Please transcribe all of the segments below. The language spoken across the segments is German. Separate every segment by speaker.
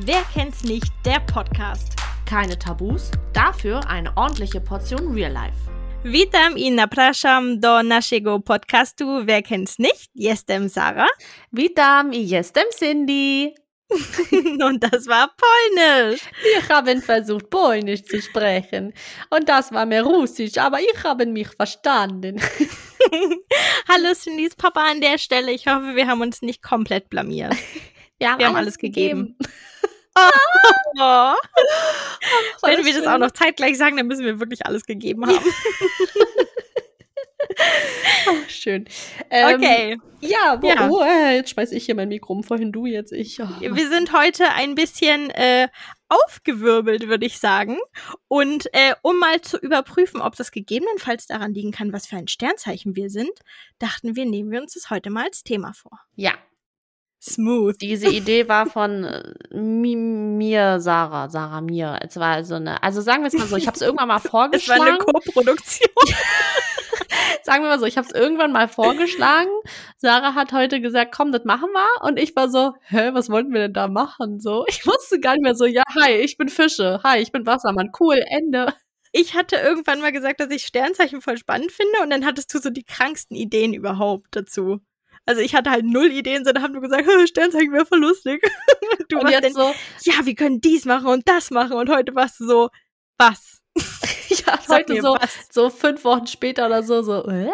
Speaker 1: Wer kennt's nicht? Der Podcast.
Speaker 2: Keine Tabus, dafür eine ordentliche Portion Real Life.
Speaker 1: Witam i napraszam do naszego podcastu Wer kennt's nicht? Jestem Sarah.
Speaker 2: Witam, i jestem Cindy.
Speaker 1: Und das war Polnisch.
Speaker 2: Ich habe versucht, Polnisch zu sprechen. Und das war mir Russisch, aber ich habe mich verstanden.
Speaker 1: Hallo Cindy's Papa an der Stelle. Ich hoffe, wir haben uns nicht komplett blamiert.
Speaker 2: Wir haben,
Speaker 1: Wir haben alles gegeben. Oh.
Speaker 2: voll
Speaker 1: Wenn wir das
Speaker 2: schön.
Speaker 1: auch noch zeitgleich sagen, dann müssen wir wirklich alles gegeben haben.
Speaker 2: Ach, Schön. Ähm,
Speaker 1: okay.
Speaker 2: Ja, wo,
Speaker 1: Ja.
Speaker 2: Oh, äh, jetzt schmeiß ich hier mein Mikro um. Vorhin du, jetzt ich. Oh.
Speaker 1: Wir sind heute ein bisschen äh, aufgewirbelt, würde ich sagen. Und äh, um mal zu überprüfen, ob das gegebenenfalls daran liegen kann, was für ein Sternzeichen wir sind, dachten wir, nehmen wir uns das heute mal als Thema vor.
Speaker 2: Ja,
Speaker 1: Smooth.
Speaker 2: diese Idee war von äh, Mi- mir, Sarah. Sarah, mir. Es war so eine. Also sagen wir es mal so, ich habe es irgendwann mal
Speaker 1: Es war eine
Speaker 2: vorgeschlagen.
Speaker 1: Co-Produktion.
Speaker 2: sagen wir mal so, ich habe es irgendwann mal vorgeschlagen. Sarah hat heute gesagt, komm, das machen wir. Und ich war so, hä, was wollten wir denn da machen? So, ich wusste gar nicht mehr so, ja, hi, ich bin Fische, hi, ich bin Wassermann, cool, Ende.
Speaker 1: Ich hatte irgendwann mal gesagt, dass ich Sternzeichen voll spannend finde und dann hattest du so die kranksten Ideen überhaupt dazu. Also ich hatte halt null Ideen, sondern haben nur gesagt, "Hö, Sternzeichen wäre voll lustig. Du
Speaker 2: und
Speaker 1: warst dann,
Speaker 2: jetzt so,
Speaker 1: ja, wir können dies machen und das machen und heute warst du so, was?
Speaker 2: ja,
Speaker 1: Sag
Speaker 2: heute
Speaker 1: mir,
Speaker 2: so,
Speaker 1: was?
Speaker 2: so fünf Wochen später oder so, so, äh?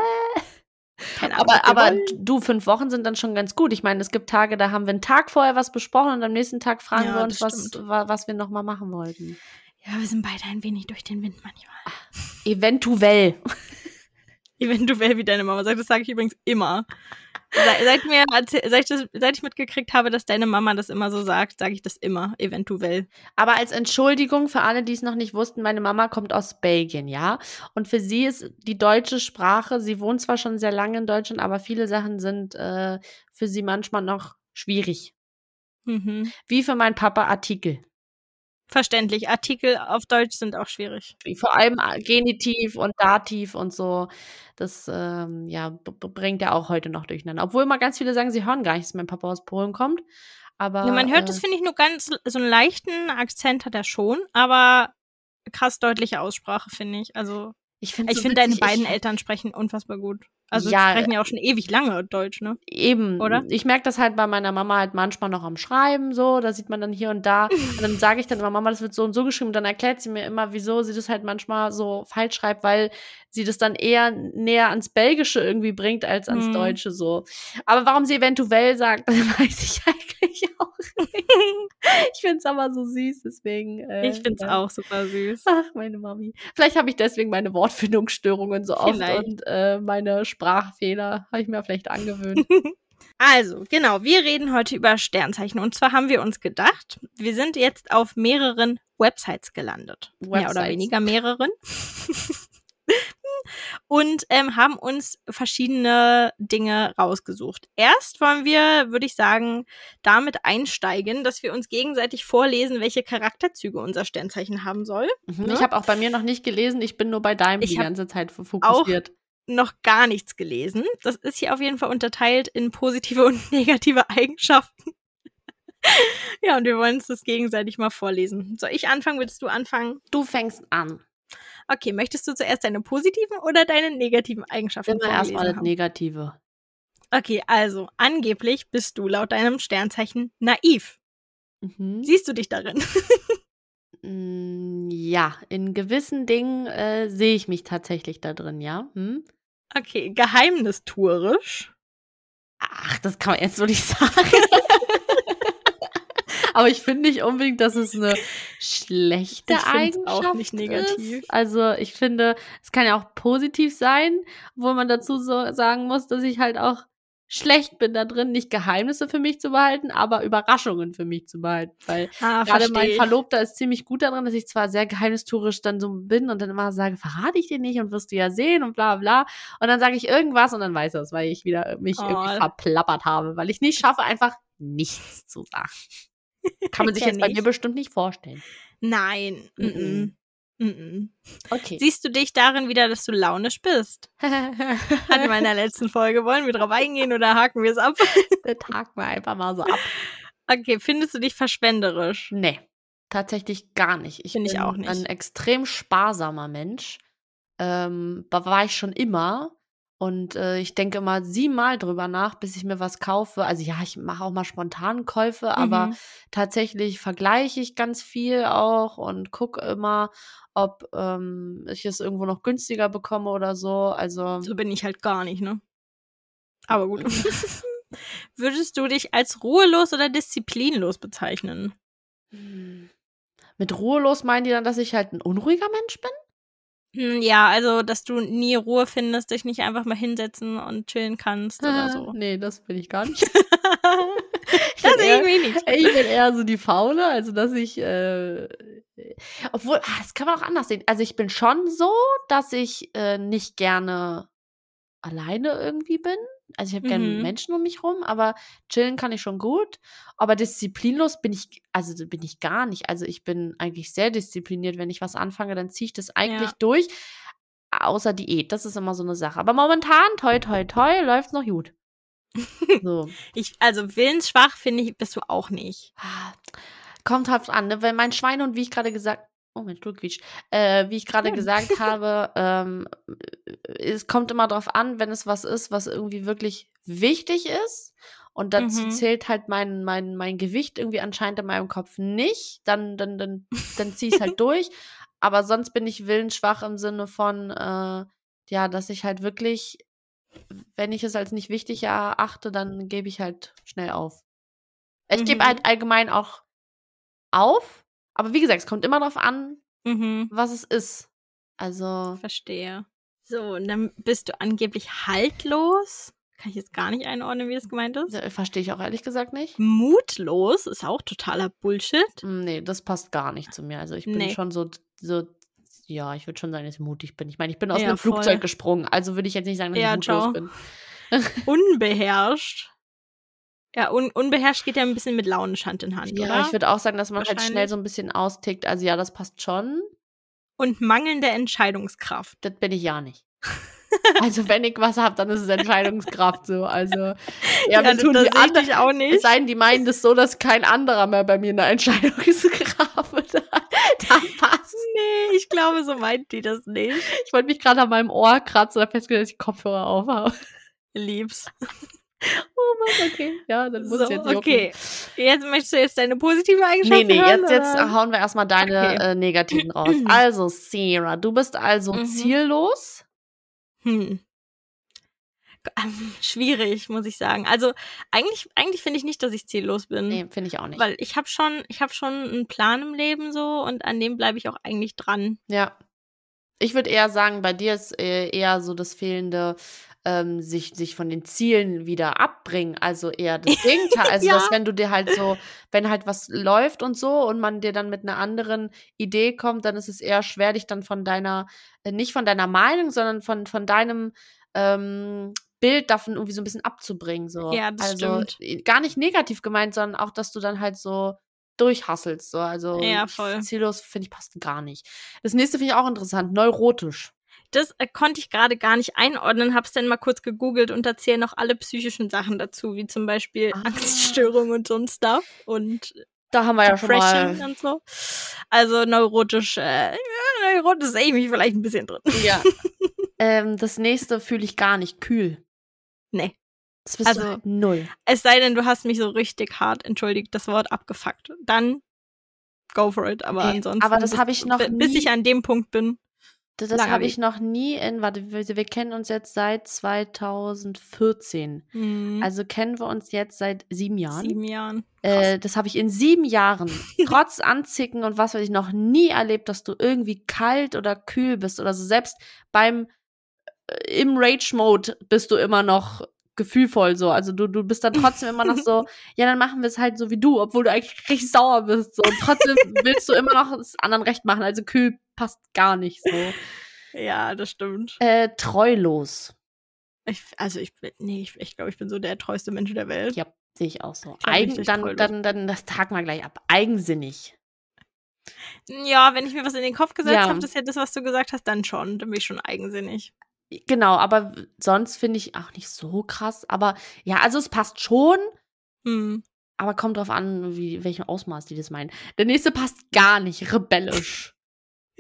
Speaker 1: Keine Ahnung,
Speaker 2: aber,
Speaker 1: was wir
Speaker 2: aber
Speaker 1: wollen.
Speaker 2: du, fünf Wochen sind dann schon ganz gut. Ich meine, es gibt Tage, da haben wir einen Tag vorher was besprochen und am nächsten Tag fragen
Speaker 1: Ja,
Speaker 2: wir uns,
Speaker 1: das
Speaker 2: was, wa- was wir nochmal machen wollten.
Speaker 1: Ja, wir sind beide ein wenig durch den Wind manchmal.
Speaker 2: Eventuell.
Speaker 1: Eventuell, wie deine Mama sagt, das sage ich übrigens immer. Se- Seit, mir, erzäh- seit, ich das, seit ich mitgekriegt habe, dass deine Mama das immer so sagt, sage ich das immer, eventuell.
Speaker 2: Aber als Entschuldigung für alle, die es noch nicht wussten, meine Mama kommt aus Belgien, ja. Und für sie ist die deutsche Sprache, sie wohnt zwar schon sehr lange in Deutschland, aber viele Sachen sind äh, für sie manchmal noch schwierig.
Speaker 1: Mhm.
Speaker 2: Wie für meinen Papa Artikel.
Speaker 1: Verständlich. Artikel auf Deutsch sind auch schwierig.
Speaker 2: Vor allem äh, Genitiv und Dativ und so. Das ähm, ja, b- b- bringt er auch heute noch durcheinander. Obwohl immer ganz viele sagen, sie hören gar nicht, dass mein Papa aus Polen kommt. Aber
Speaker 1: Ja, man hört
Speaker 2: äh,
Speaker 1: das, finde ich, nur ganz, so einen leichten Akzent hat er schon, aber krass deutliche Aussprache, finde ich. Also,
Speaker 2: ich finde
Speaker 1: ich
Speaker 2: so
Speaker 1: finde, deine
Speaker 2: witzig, ich-
Speaker 1: beiden Eltern sprechen unfassbar gut. Also, sie
Speaker 2: Ja.
Speaker 1: sprechen ja auch schon ewig lange Deutsch, ne?
Speaker 2: Eben,
Speaker 1: Oder?
Speaker 2: Ich merke das halt bei meiner Mama halt manchmal noch am Schreiben, so, da sieht man dann hier und da. Und dann sage ich dann immer, Mama, das wird so und so geschrieben. Und dann erklärt sie mir immer, wieso sie das halt manchmal so falsch schreibt, weil sie das dann eher näher ans Belgische irgendwie bringt als ans
Speaker 1: Hm.
Speaker 2: Deutsche so. Aber warum sie eventuell sagt, weiß ich eigentlich auch nicht. Ich finde es aber so süß, deswegen. Äh,
Speaker 1: Ich finde es
Speaker 2: ja.
Speaker 1: auch super süß.
Speaker 2: Ach, meine Mami. Vielleicht habe ich deswegen meine Wortfindungsstörungen so oft
Speaker 1: Vielleicht.
Speaker 2: und äh, meine Sprachfehler habe ich mir vielleicht angewöhnt.
Speaker 1: Also, genau, wir reden heute über Sternzeichen. Und zwar haben wir uns gedacht, wir sind jetzt auf mehreren Websites gelandet. Mehr oder
Speaker 2: Websites.
Speaker 1: weniger mehreren. Und ähm, haben uns verschiedene Dinge rausgesucht. Erst wollen wir, würde ich sagen, damit einsteigen, dass wir uns gegenseitig vorlesen, welche Charakterzüge unser Sternzeichen haben soll.
Speaker 2: Mhm.
Speaker 1: Ne?
Speaker 2: Ich habe auch bei mir noch nicht gelesen, ich bin nur bei deinem
Speaker 1: Ich
Speaker 2: die
Speaker 1: hab
Speaker 2: ganze Zeit f- fokussiert.
Speaker 1: noch gar nichts gelesen. Das ist hier auf jeden Fall unterteilt in positive und negative Eigenschaften. ja, und wir wollen uns das gegenseitig mal vorlesen. Soll ich anfangen? Willst du anfangen?
Speaker 2: Du fängst an.
Speaker 1: Okay, möchtest du zuerst deine positiven oder deine negativen Eigenschaften
Speaker 2: Immer
Speaker 1: vorlesen?
Speaker 2: erstmal das
Speaker 1: haben?
Speaker 2: Negative.
Speaker 1: Okay, also angeblich bist du laut deinem Sternzeichen naiv.
Speaker 2: Mhm.
Speaker 1: Siehst du dich darin?
Speaker 2: Mm, Ja, in gewissen Dingen äh, sehe ich mich tatsächlich da drin, ja. Hm?
Speaker 1: Okay, geheimnistuerisch.
Speaker 2: Ach, das kann man jetzt so nicht sagen. Aber ich finde nicht unbedingt, dass es eine schlechte
Speaker 1: Ich find's
Speaker 2: Eigenschaft
Speaker 1: auch nicht negativ.
Speaker 2: ist. Also ich finde, es kann ja auch positiv sein, wo man dazu so sagen muss, dass ich halt auch schlecht bin da drin, nicht Geheimnisse für mich zu behalten, aber Überraschungen für mich zu behalten. Weil
Speaker 1: Ah,
Speaker 2: gerade
Speaker 1: versteh
Speaker 2: mein
Speaker 1: ich.
Speaker 2: Verlobter ist ziemlich gut darin, dass ich zwar sehr geheimnistourisch dann so bin und dann immer sage, verrate ich dir nicht und wirst du ja sehen und bla bla. Und dann sage ich irgendwas und dann weiß er es, weil ich wieder mich irgendwie
Speaker 1: Oh.
Speaker 2: verplappert habe, weil ich nicht schaffe, einfach nichts zu sagen. Kann man sich
Speaker 1: Ja,
Speaker 2: jetzt bei
Speaker 1: nicht.
Speaker 2: mir bestimmt nicht vorstellen.
Speaker 1: Nein. Mm -mm. Mm -mm.
Speaker 2: Okay.
Speaker 1: Siehst du dich darin wieder, dass du launisch bist? Hatten wir in der letzten Folge. Wollen wir drauf eingehen oder haken wir es ab?
Speaker 2: Den Tag mal einfach mal so ab.
Speaker 1: Okay, findest du dich verschwenderisch?
Speaker 2: Nee, tatsächlich gar nicht. Ich
Speaker 1: Find ich
Speaker 2: bin
Speaker 1: auch nicht.
Speaker 2: ein extrem sparsamer Mensch. Ähm, da war ich schon immer. Und äh, ich denke immer siebenmal drüber nach, bis ich mir was kaufe. Also ja, ich mache auch mal spontan Käufe, aber
Speaker 1: Mhm.
Speaker 2: tatsächlich vergleiche ich ganz viel auch und gucke immer, ob ähm, ich es irgendwo noch günstiger bekomme oder so. Also
Speaker 1: so bin ich halt gar nicht, ne? Aber gut. Würdest du dich als ruhelos oder disziplinlos bezeichnen?
Speaker 2: hm, mit ruhelos meinen die dann, dass ich halt ein unruhiger Mensch bin?
Speaker 1: Hm, Ja, also, dass du nie Ruhe findest, dich nicht einfach mal hinsetzen und chillen kannst oder so.
Speaker 2: nee, das bin ich gar nicht.
Speaker 1: das
Speaker 2: bin eher-
Speaker 1: irgendwie nicht.
Speaker 2: ich bin eher so die Faule, also dass ich, äh, obwohl, ah, das kann man auch anders sehen. Also ich bin schon so, dass ich äh, nicht gerne alleine irgendwie bin. Also ich habe gerne
Speaker 1: Mhm.
Speaker 2: Menschen um mich rum, aber chillen kann ich schon gut. Aber disziplinlos bin ich, also bin ich gar nicht. Also ich bin eigentlich sehr diszipliniert. Wenn ich was anfange, dann ziehe ich das eigentlich
Speaker 1: Ja.
Speaker 2: durch. Außer Diät, das ist immer so eine Sache. Aber momentan, toi, toi, toi, läuft's noch gut. So.
Speaker 1: Ich, also, willensschwach finde ich, bist du auch nicht.
Speaker 2: Ah, Kommt halt an, ne? weil mein Schweinehund, wie ich gerade gesagt oh mein Stuhl quietscht, äh, wie ich gerade
Speaker 1: Schön.
Speaker 2: gesagt habe, ähm, es kommt immer drauf an, wenn es was ist, was irgendwie wirklich wichtig ist. Und dazu
Speaker 1: Mhm.
Speaker 2: zählt halt mein, mein, mein Gewicht irgendwie anscheinend in meinem Kopf nicht. Dann, dann, dann, dann ziehe ich es halt durch. Aber sonst bin ich willensschwach im Sinne von, äh, ja, dass ich halt wirklich, wenn ich es als nicht wichtig erachte, dann gebe ich halt schnell auf. Ich gebe
Speaker 1: Mhm.
Speaker 2: halt allgemein auch auf, aber wie gesagt, es kommt immer darauf an,
Speaker 1: Mhm.
Speaker 2: was es ist. Also,
Speaker 1: Verstehe. So, und dann bist du angeblich haltlos. Kann ich jetzt gar nicht einordnen, wie das gemeint ist.
Speaker 2: äh, verstehe ich auch ehrlich gesagt nicht.
Speaker 1: Mutlos ist auch totaler Bullshit.
Speaker 2: Mm, Nee, das passt gar nicht zu mir. Also, ich bin
Speaker 1: Nee.
Speaker 2: schon so, so ja, ich würde schon sagen, dass ich mutig bin. Ich meine, ich bin aus
Speaker 1: Ja,
Speaker 2: einem Flugzeug
Speaker 1: voll.
Speaker 2: gesprungen, also würde ich jetzt nicht sagen, dass
Speaker 1: Ja,
Speaker 2: ich mutlos
Speaker 1: ciao.
Speaker 2: bin.
Speaker 1: Unbeherrscht. Ja, un unbeherrscht geht ja ein bisschen mit Launensch Hand in Hand,
Speaker 2: Ja,
Speaker 1: oder?
Speaker 2: ich würde auch sagen, dass man halt schnell
Speaker 1: Wahrscheinlich.
Speaker 2: so ein bisschen austickt. Also, ja, das passt schon.
Speaker 1: Und mangelnde Entscheidungskraft.
Speaker 2: Das bin ich ja nicht. Also, wenn ich was habe, dann ist es Entscheidungskraft so. Also, ja, wir
Speaker 1: das-
Speaker 2: tun
Speaker 1: das sehe
Speaker 2: die
Speaker 1: ich
Speaker 2: anderen.
Speaker 1: dich auch nicht.
Speaker 2: Es sei denn, die meinen das so, dass kein anderer mehr bei mir eine Entscheidungskraft hat. Dann passt.
Speaker 1: Nee, ich glaube, so meint die das nicht.
Speaker 2: Ich wollte mich gerade an meinem Ohr kratzen und hab festgestellt, dass ich Kopfhörer aufhabe.
Speaker 1: Liebs.
Speaker 2: Oh Mann, okay. Ja, dann muss
Speaker 1: So,
Speaker 2: ich jetzt jucken.
Speaker 1: okay. Jetzt möchtest du jetzt deine positive
Speaker 2: Nee,
Speaker 1: Eigenschaft
Speaker 2: nee,
Speaker 1: hören,
Speaker 2: jetzt, jetzt
Speaker 1: oder?
Speaker 2: hauen wir erstmal deine
Speaker 1: Okay.
Speaker 2: äh, Negativen raus. Also, Sarah, du bist also
Speaker 1: Mhm.
Speaker 2: ziellos.
Speaker 1: Hm. Ähm, Schwierig, muss ich sagen. Also eigentlich, eigentlich finde ich nicht, dass ich ziellos bin.
Speaker 2: Nee, finde ich auch nicht.
Speaker 1: Weil ich habe schon, ich habe schon einen Plan im Leben so und an dem bleibe ich auch eigentlich dran.
Speaker 2: Ja. Ich würde eher sagen, bei dir ist äh, eher so das fehlende, ähm, sich, sich von den Zielen wieder abbringen. Also eher das Gegenteil. Also,
Speaker 1: Ja.
Speaker 2: dass wenn du dir halt so, wenn halt was läuft und so und man dir dann mit einer anderen Idee kommt, dann ist es eher schwer, dich dann von deiner, äh, nicht von deiner Meinung, sondern von, von deinem ähm, Bild davon irgendwie so ein bisschen abzubringen. So.
Speaker 1: Ja, das
Speaker 2: also
Speaker 1: stimmt.
Speaker 2: äh, gar nicht negativ gemeint, sondern auch, dass du dann halt so durchhasselst. So. Also
Speaker 1: Ja,
Speaker 2: ich-
Speaker 1: voll.
Speaker 2: ziellos finde ich passt gar nicht. Das nächste finde ich auch interessant, neurotisch.
Speaker 1: Das äh, konnte ich gerade gar nicht einordnen, hab's dann mal kurz gegoogelt und da zählen noch alle psychischen Sachen dazu, wie zum Beispiel
Speaker 2: Ah.
Speaker 1: Angststörung und so ein Stuff und
Speaker 2: Da haben wir ja schon
Speaker 1: Depression ne?
Speaker 2: mal.
Speaker 1: und so. Also neurotisch, äh, ja, neurotisch sehe ich mich vielleicht ein bisschen drin.
Speaker 2: Ja. ähm, das nächste fühle ich gar nicht kühl.
Speaker 1: Nee.
Speaker 2: Das bist also,
Speaker 1: Also-
Speaker 2: du halt null.
Speaker 1: Es sei denn, du hast mich so richtig hart, entschuldigt, das Wort abgefuckt. Dann go for it, aber
Speaker 2: Okay,
Speaker 1: ansonsten.
Speaker 2: aber das
Speaker 1: bis-
Speaker 2: habe ich noch
Speaker 1: bi- Bis
Speaker 2: nie-
Speaker 1: ich an dem Punkt bin.
Speaker 2: Das, das
Speaker 1: Langer
Speaker 2: habe
Speaker 1: Weg.
Speaker 2: ich noch nie in, warte, wir, wir kennen uns jetzt seit 2014.
Speaker 1: Mhm.
Speaker 2: Also kennen wir uns jetzt seit sieben Jahren.
Speaker 1: Sieben Jahren.
Speaker 2: Äh, das habe ich in sieben Jahren, trotz Anzicken und was weiß ich, noch nie erlebt, dass du irgendwie kalt oder kühl bist oder so. Selbst beim äh, im Rage-Mode bist du immer noch gefühlvoll so. Also du, du bist dann trotzdem immer noch so, ja, dann machen wir es halt so wie du, obwohl du eigentlich richtig sauer bist. So. Und trotzdem willst du immer noch das anderen recht machen. Also kühl passt gar nicht so.
Speaker 1: Ja, das stimmt.
Speaker 2: Äh, treulos.
Speaker 1: Ich, also ich bin, nee, ich, ich glaube, ich bin so der treueste Mensch der Welt.
Speaker 2: Ja, sehe ich auch so.
Speaker 1: Ich glaub,
Speaker 2: Eigen,
Speaker 1: richtig
Speaker 2: dann,
Speaker 1: treulos.
Speaker 2: dann, dann, das tagen wir gleich ab. Eigensinnig.
Speaker 1: Ja, wenn ich mir was in den Kopf gesetzt
Speaker 2: Ja.
Speaker 1: habe, das ist ja das, was du gesagt hast, dann schon. Dann bin ich schon eigensinnig.
Speaker 2: Genau, aber w- sonst finde ich auch nicht so krass. Aber ja, also es passt schon,
Speaker 1: Hm.
Speaker 2: Aber kommt drauf an, wie, welchem Ausmaß die das meinen. Der nächste passt gar nicht rebellisch.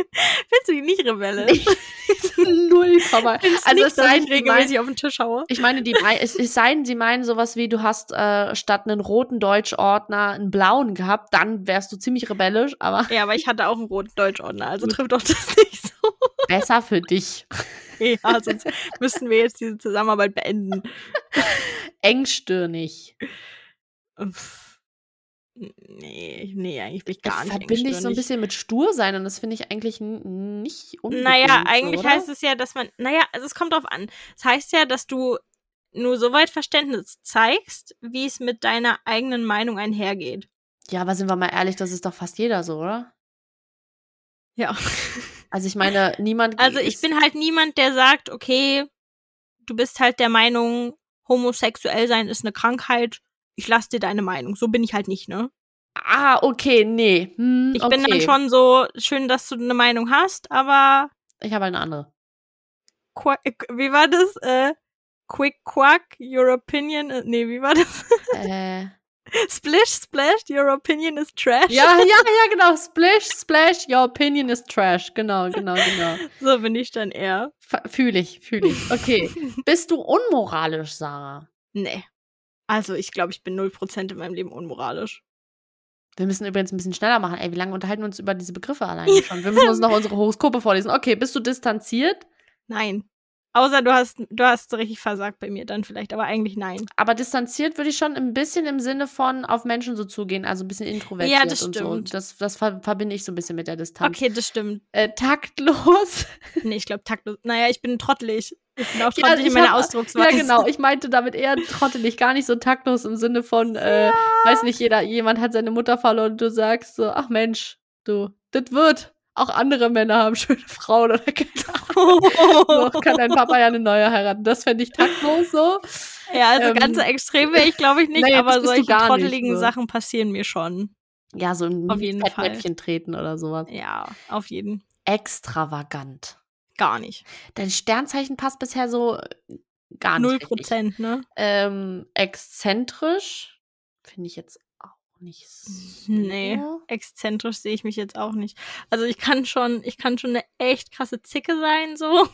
Speaker 1: Findest du ihn nicht rebellisch?
Speaker 2: Null, Komma.
Speaker 1: Findest du
Speaker 2: Also
Speaker 1: nicht,
Speaker 2: es sei
Speaker 1: dass ich
Speaker 2: denn, die meinen-
Speaker 1: regelmäßig auf den Tisch haue?
Speaker 2: Ich meine, die mei- es, es sei denn, sie meinen sowas wie, du hast äh, statt einen roten Deutschordner einen blauen gehabt, dann wärst du ziemlich rebellisch, aber
Speaker 1: Ja, aber ich hatte auch einen roten Deutschordner, also trifft doch das nicht so.
Speaker 2: besser für dich.
Speaker 1: Ja, sonst müssten wir jetzt diese Zusammenarbeit beenden.
Speaker 2: Engstirnig.
Speaker 1: Pff. Nee, nee, eigentlich bin ich
Speaker 2: Das
Speaker 1: gar nicht
Speaker 2: verbinde ich so ein
Speaker 1: engstirnig.
Speaker 2: bisschen mit stur sein und das finde ich eigentlich n- nicht unbedingt.
Speaker 1: Naja, eigentlich
Speaker 2: oder?
Speaker 1: heißt es ja, dass man, naja, also es kommt drauf an. Es heißt ja, dass du nur so weit Verständnis zeigst, wie es mit deiner eigenen Meinung einhergeht.
Speaker 2: Ja, aber sind wir mal ehrlich, das ist doch fast jeder so, oder?
Speaker 1: Ja.
Speaker 2: Also ich meine, niemand.
Speaker 1: Also ich
Speaker 2: ist-
Speaker 1: bin halt niemand, der sagt, okay, du bist halt der Meinung, homosexuell sein ist eine Krankheit, ich lasse dir deine Meinung. So bin ich halt nicht, ne?
Speaker 2: Ah, okay, nee. Hm,
Speaker 1: Ich
Speaker 2: okay.
Speaker 1: bin dann schon so, schön, dass du eine Meinung hast, aber
Speaker 2: Ich habe eine andere.
Speaker 1: qua- äh, wie war das? Äh, quick quack, your opinion, äh, nee, wie war das?
Speaker 2: äh,
Speaker 1: Splish splash, your opinion is trash.
Speaker 2: ja, ja, ja, genau. Splash, splash. Your opinion is trash. Genau, genau, genau.
Speaker 1: So bin ich dann eher.
Speaker 2: Fühle ich, fühle ich. Okay. Bist du unmoralisch, Sarah?
Speaker 1: Nee. Also ich glaube, ich bin 0% in meinem Leben unmoralisch.
Speaker 2: Wir müssen übrigens ein bisschen schneller machen. Ey, wie lange unterhalten wir uns über diese Begriffe alleine schon? Wir müssen uns noch unsere Horoskope vorlesen. Okay, bist du distanziert?
Speaker 1: Nein. Außer du hast, du hast richtig versagt bei mir dann vielleicht, aber eigentlich nein.
Speaker 2: Aber distanziert würde ich schon ein bisschen im Sinne von auf Menschen so zugehen, also ein bisschen introvertiert
Speaker 1: Ja, das
Speaker 2: und so.
Speaker 1: stimmt.
Speaker 2: Das, das ver verbinde ich so ein bisschen mit der Distanz.
Speaker 1: Okay, das stimmt.
Speaker 2: Äh, taktlos.
Speaker 1: Nee, ich glaube taktlos. Naja, ich bin trottelig. Ich bin auch
Speaker 2: Ja,
Speaker 1: trottelig
Speaker 2: ich
Speaker 1: in meiner
Speaker 2: hab-
Speaker 1: Ausdrucksweise.
Speaker 2: Ja, genau. Ich meinte damit eher trottelig, gar nicht so taktlos im Sinne von, äh, weiß nicht, jeder, jemand hat seine Mutter verloren und du sagst so, ach Mensch, du, das wird. Auch andere Männer haben schöne Frauen oder keine Ahnung. So, kann dein Papa ja eine neue heiraten. Das fände ich taktlos so.
Speaker 1: Ja, also
Speaker 2: Ähm,
Speaker 1: ganz so extrem wäre ich, glaube ich, nicht,
Speaker 2: naja, das
Speaker 1: aber
Speaker 2: bist du
Speaker 1: solche
Speaker 2: gar nicht,
Speaker 1: trotteligen
Speaker 2: so.
Speaker 1: Sachen passieren mir schon.
Speaker 2: Ja, so ein
Speaker 1: Auf jeden Fall.
Speaker 2: Fettnäpfchen treten oder sowas.
Speaker 1: Ja, auf jeden.
Speaker 2: Extravagant.
Speaker 1: Gar nicht.
Speaker 2: Dein Sternzeichen passt bisher so äh, gar nicht.
Speaker 1: Null
Speaker 2: richtig.
Speaker 1: Prozent, ne?
Speaker 2: Ähm, exzentrisch finde ich jetzt auch nicht so.
Speaker 1: Nee. Exzentrisch sehe ich mich jetzt auch nicht. Also ich kann schon, ich kann schon eine echt krasse Zicke sein, so.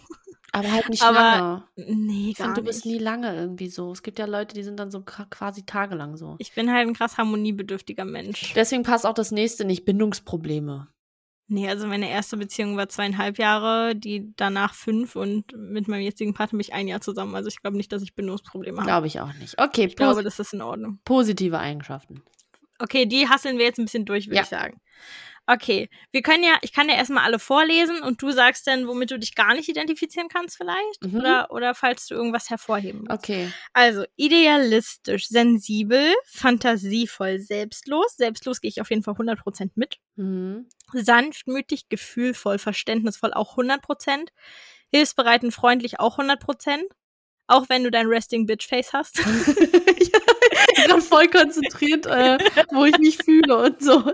Speaker 2: Aber halt nicht
Speaker 1: Aber
Speaker 2: lange.
Speaker 1: Nee,
Speaker 2: Ich finde,
Speaker 1: gar
Speaker 2: du bist
Speaker 1: nicht.
Speaker 2: nie lange irgendwie so. Es gibt ja Leute, die sind dann so ka- quasi tagelang so.
Speaker 1: Ich bin halt ein krass harmoniebedürftiger Mensch.
Speaker 2: Deswegen passt auch das nächste nicht. Bindungsprobleme.
Speaker 1: Nee, also meine erste Beziehung war zweieinhalb Jahre, die danach fünf und mit meinem jetzigen Partner bin ich ein Jahr zusammen. Also ich glaube nicht, dass ich Bindungsprobleme habe.
Speaker 2: Glaube ich auch nicht. Okay,
Speaker 1: Ah. Ich
Speaker 2: pos
Speaker 1: glaube, das ist in Ordnung.
Speaker 2: positive Eigenschaften.
Speaker 1: Okay, die hasseln wir jetzt ein bisschen durch, würde
Speaker 2: Ja.
Speaker 1: ich sagen. Okay, wir können ja, ich kann ja erstmal alle vorlesen und du sagst dann, womit du dich gar nicht identifizieren kannst vielleicht
Speaker 2: Mhm.
Speaker 1: oder, oder falls du irgendwas hervorheben willst.
Speaker 2: Okay.
Speaker 1: Also idealistisch, sensibel, fantasievoll, selbstlos. Selbstlos gehe ich auf jeden Fall 100% mit.
Speaker 2: Mhm.
Speaker 1: sanftmütig, gefühlvoll, verständnisvoll auch 100%, hilfsbereit und freundlich auch 100%, auch wenn du dein Resting Bitch Face hast.
Speaker 2: Ich bin gerade voll konzentriert, äh, wo ich mich fühle und so.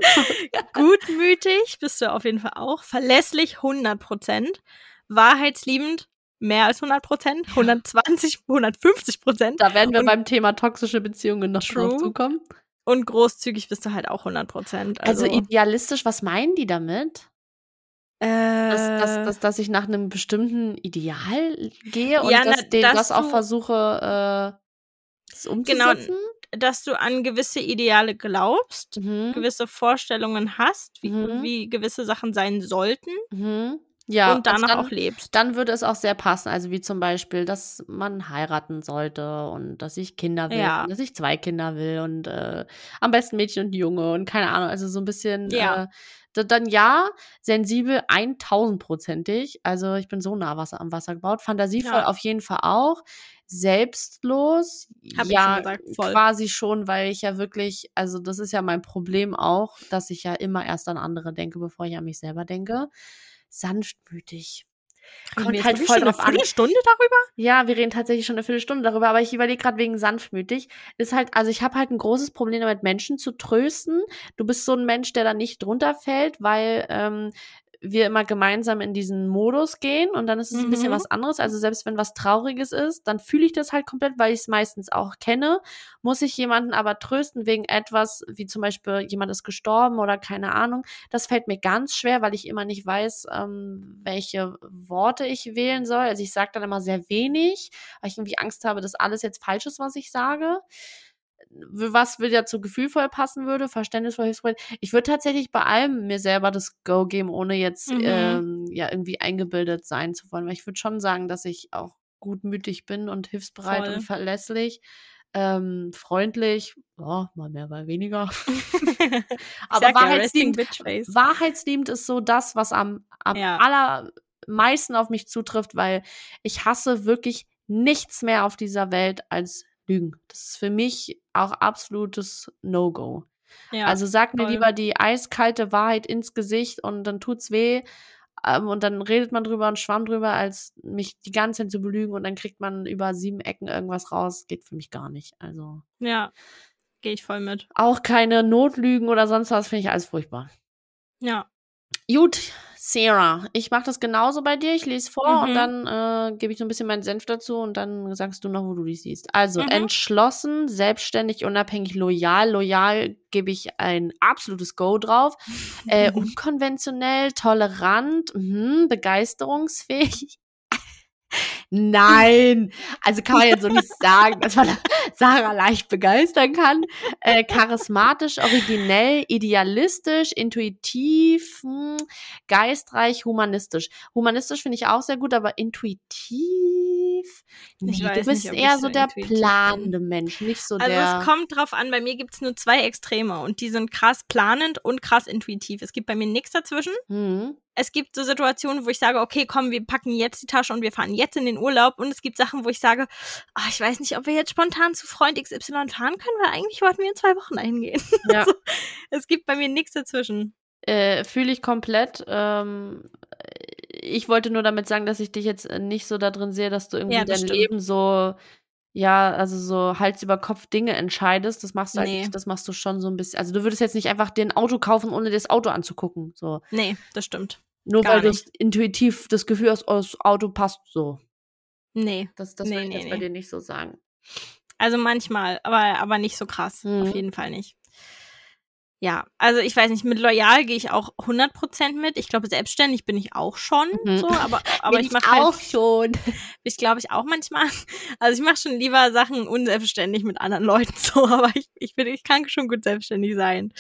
Speaker 1: Gutmütig bist du auf jeden Fall auch, verlässlich 100%, wahrheitsliebend mehr als 100%, 120, 150%
Speaker 2: Da werden wir
Speaker 1: Und-
Speaker 2: beim Thema toxische Beziehungen noch drauf
Speaker 1: True.
Speaker 2: zukommen.
Speaker 1: und großzügig bist du halt auch 100%.
Speaker 2: Also,
Speaker 1: Also,
Speaker 2: idealistisch, was meinen die damit?
Speaker 1: äh,
Speaker 2: Dass, dass, dass, dass ich nach einem bestimmten Ideal gehe und
Speaker 1: Ja, na,
Speaker 2: dass, den,
Speaker 1: dass
Speaker 2: das auch
Speaker 1: du- Genau,
Speaker 2: versuche, äh, das umzusetzen?
Speaker 1: dass du an gewisse Ideale glaubst,
Speaker 2: Mhm.
Speaker 1: gewisse Vorstellungen hast, wie,
Speaker 2: Mhm.
Speaker 1: wie gewisse Sachen sein sollten.
Speaker 2: Mhm. Ja,
Speaker 1: und danach
Speaker 2: dann,
Speaker 1: auch lebst.
Speaker 2: dann würde es auch sehr passen. Also wie zum Beispiel, dass man heiraten sollte und dass ich Kinder will,
Speaker 1: Ja.
Speaker 2: und dass ich zwei Kinder will und äh, am besten Mädchen und Junge und keine Ahnung. Also so ein bisschen,
Speaker 1: Ja.
Speaker 2: äh, da- dann ja, sensibel 1000%ig. Also ich bin so nah Wasser, am Wasser gebaut. Fantasievoll
Speaker 1: Ja.
Speaker 2: auf jeden Fall auch. Selbstlos,
Speaker 1: Hab ich
Speaker 2: ja,
Speaker 1: schon gesagt, voll.
Speaker 2: quasi schon, weil ich ja wirklich, also das ist ja mein Problem auch, dass ich ja immer erst an andere denke, bevor ich an mich selber denke. Sanftmütig.
Speaker 1: Haben
Speaker 2: Kommt
Speaker 1: wir jetzt
Speaker 2: halt
Speaker 1: wirklich
Speaker 2: voll
Speaker 1: schon eine
Speaker 2: drauf an.
Speaker 1: Viertelstunde darüber?
Speaker 2: Ja, wir reden tatsächlich schon eine Viertelstunde darüber, aber ich überlege gerade wegen sanftmütig. Ist halt, also ich habe halt ein großes Problem damit, Menschen zu trösten. Du bist so ein Mensch, der da nicht drunter fällt, weil ähm, wir immer gemeinsam in diesen Modus gehen und dann ist es ein bisschen
Speaker 1: Mhm.
Speaker 2: was anderes. Also selbst wenn was Trauriges ist, dann fühle ich das halt komplett, weil ich es meistens auch kenne. Muss ich jemanden aber trösten wegen etwas, wie zum Beispiel jemand ist gestorben oder keine Ahnung, das fällt mir ganz schwer, weil ich immer nicht weiß, ähm, welche Worte ich wählen soll. Also ich sage dann immer sehr wenig, weil ich irgendwie Angst habe, dass alles jetzt falsch ist, was ich sage. Was wieder zu gefühlvoll passen würde, verständnisvoll, hilfsbereit. Ich würde tatsächlich bei allem mir selber das Go geben, ohne jetzt
Speaker 1: Mhm.
Speaker 2: ähm, ja irgendwie eingebildet sein zu wollen. Weil ich würde schon sagen, dass ich auch gutmütig bin und hilfsbereit
Speaker 1: Voll.
Speaker 2: und verlässlich, ähm, freundlich, ja, mal mehr, mal weniger.
Speaker 1: sag
Speaker 2: Aber halt
Speaker 1: ja,
Speaker 2: wahrheitsliebend,
Speaker 1: Bitch Face.
Speaker 2: wahrheitsliebend ist so das, was am, am
Speaker 1: Ja.
Speaker 2: allermeisten auf mich zutrifft, weil ich hasse wirklich nichts mehr auf dieser Welt als Lügen. Das ist für mich auch absolutes No-Go.
Speaker 1: Ja.
Speaker 2: also sag mir
Speaker 1: voll.
Speaker 2: lieber die eiskalte Wahrheit ins Gesicht und dann tut's weh. Ähm, und dann redet man drüber und schwamm drüber, als mich die ganze Zeit zu belügen und dann kriegt man über sieben Ecken irgendwas raus. Geht für mich gar nicht. Also
Speaker 1: ja. Gehe ich voll mit.
Speaker 2: auch keine Notlügen oder sonst was finde ich alles furchtbar.
Speaker 1: Ja.
Speaker 2: Gut, Sarah, ich mache das genauso bei dir. Ich lese vor
Speaker 1: Mhm.
Speaker 2: und dann äh, gebe ich so ein bisschen meinen Senf dazu und dann sagst du noch, wo du die siehst. Also
Speaker 1: Mhm.
Speaker 2: entschlossen, selbstständig, unabhängig, loyal. Loyal gebe ich ein absolutes Go drauf. Äh,
Speaker 1: Mhm.
Speaker 2: unkonventionell, tolerant, mhm, begeisterungsfähig. Nein, also kann man jetzt so nicht sagen, dass man Sarah leicht begeistern kann. Äh, charismatisch, originell, idealistisch, intuitiv, hm, geistreich, humanistisch. Humanistisch finde ich auch sehr gut, aber intuitiv. Nee, du
Speaker 1: weiß
Speaker 2: bist
Speaker 1: nicht, ob
Speaker 2: eher
Speaker 1: ich
Speaker 2: so
Speaker 1: so
Speaker 2: der
Speaker 1: intuitiv bin.
Speaker 2: planende Mensch, nicht so
Speaker 1: Also
Speaker 2: der.
Speaker 1: es kommt drauf an, bei mir gibt's nur zwei Extreme und die sind krass planend und krass intuitiv. Es gibt bei mir nichts dazwischen.
Speaker 2: Hm.
Speaker 1: Es gibt so Situationen, wo ich sage, okay, komm, wir packen jetzt die Tasche und wir fahren jetzt in den Urlaub. Und es gibt Sachen, wo ich sage, ah, ich weiß nicht, ob wir jetzt spontan zu Freund XY fahren können, weil eigentlich wollten wir in zwei Wochen eingehen.
Speaker 2: Ja.
Speaker 1: Es gibt bei mir nichts dazwischen.
Speaker 2: Äh, Fühle ich komplett. Ähm, ich wollte nur damit sagen, dass ich dich jetzt äh, nicht so da drin sehe, dass du irgendwie
Speaker 1: Ja,
Speaker 2: dein
Speaker 1: das stimmt.
Speaker 2: Leben so, ja, also so Hals über Kopf Dinge entscheidest. Das machst du halt
Speaker 1: Nee.
Speaker 2: nicht, das machst du schon so ein bisschen. Also du würdest jetzt nicht einfach dir ein Auto kaufen, ohne dir das Auto anzugucken. So.
Speaker 1: Nee, das stimmt.
Speaker 2: Nur
Speaker 1: Gar
Speaker 2: weil du es intuitiv das Gefühl hast, oh, das Auto passt so.
Speaker 1: Nee.
Speaker 2: Das, das
Speaker 1: Nee,
Speaker 2: würde ich
Speaker 1: nee,
Speaker 2: jetzt bei
Speaker 1: nee.
Speaker 2: dir nicht so sagen.
Speaker 1: Also manchmal, aber, aber nicht so krass.
Speaker 2: Mhm.
Speaker 1: Auf jeden Fall nicht. Ja, also ich weiß nicht, mit loyal gehe ich auch 100% mit. Ich glaube, selbstständig bin ich auch schon
Speaker 2: Mhm.
Speaker 1: so, aber, aber
Speaker 2: Bin
Speaker 1: ich mache halt,
Speaker 2: schon.
Speaker 1: ich glaube ich auch manchmal. Also ich mache schon lieber Sachen unselbstständig mit anderen Leuten so, aber ich, ich bin, ich kann schon gut selbstständig sein.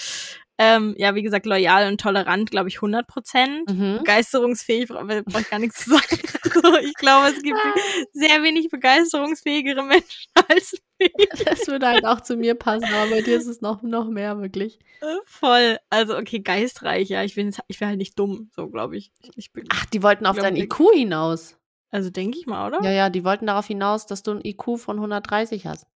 Speaker 1: Ähm, ja, wie gesagt, loyal und tolerant, glaube ich, 100%.
Speaker 2: Mhm.
Speaker 1: Begeisterungsfähig, bra- äh, brauche ich gar nichts zu sagen. So, ich glaube, es gibt
Speaker 2: Ah.
Speaker 1: sehr wenig begeisterungsfähigere Menschen als mich.
Speaker 2: Das würde halt auch zu mir passen, aber bei dir ist es noch, noch mehr wirklich.
Speaker 1: Äh, Voll. Also, okay, geistreich, ja. Ich bin, jetzt- ich bin halt nicht dumm, so glaube ich. ich. Ich bin,
Speaker 2: Ach, die wollten auf
Speaker 1: Glaub
Speaker 2: dein
Speaker 1: ich.
Speaker 2: IQ hinaus.
Speaker 1: also denke ich mal, oder?
Speaker 2: Ja, ja, die wollten darauf hinaus, dass du ein IQ von 130 hast.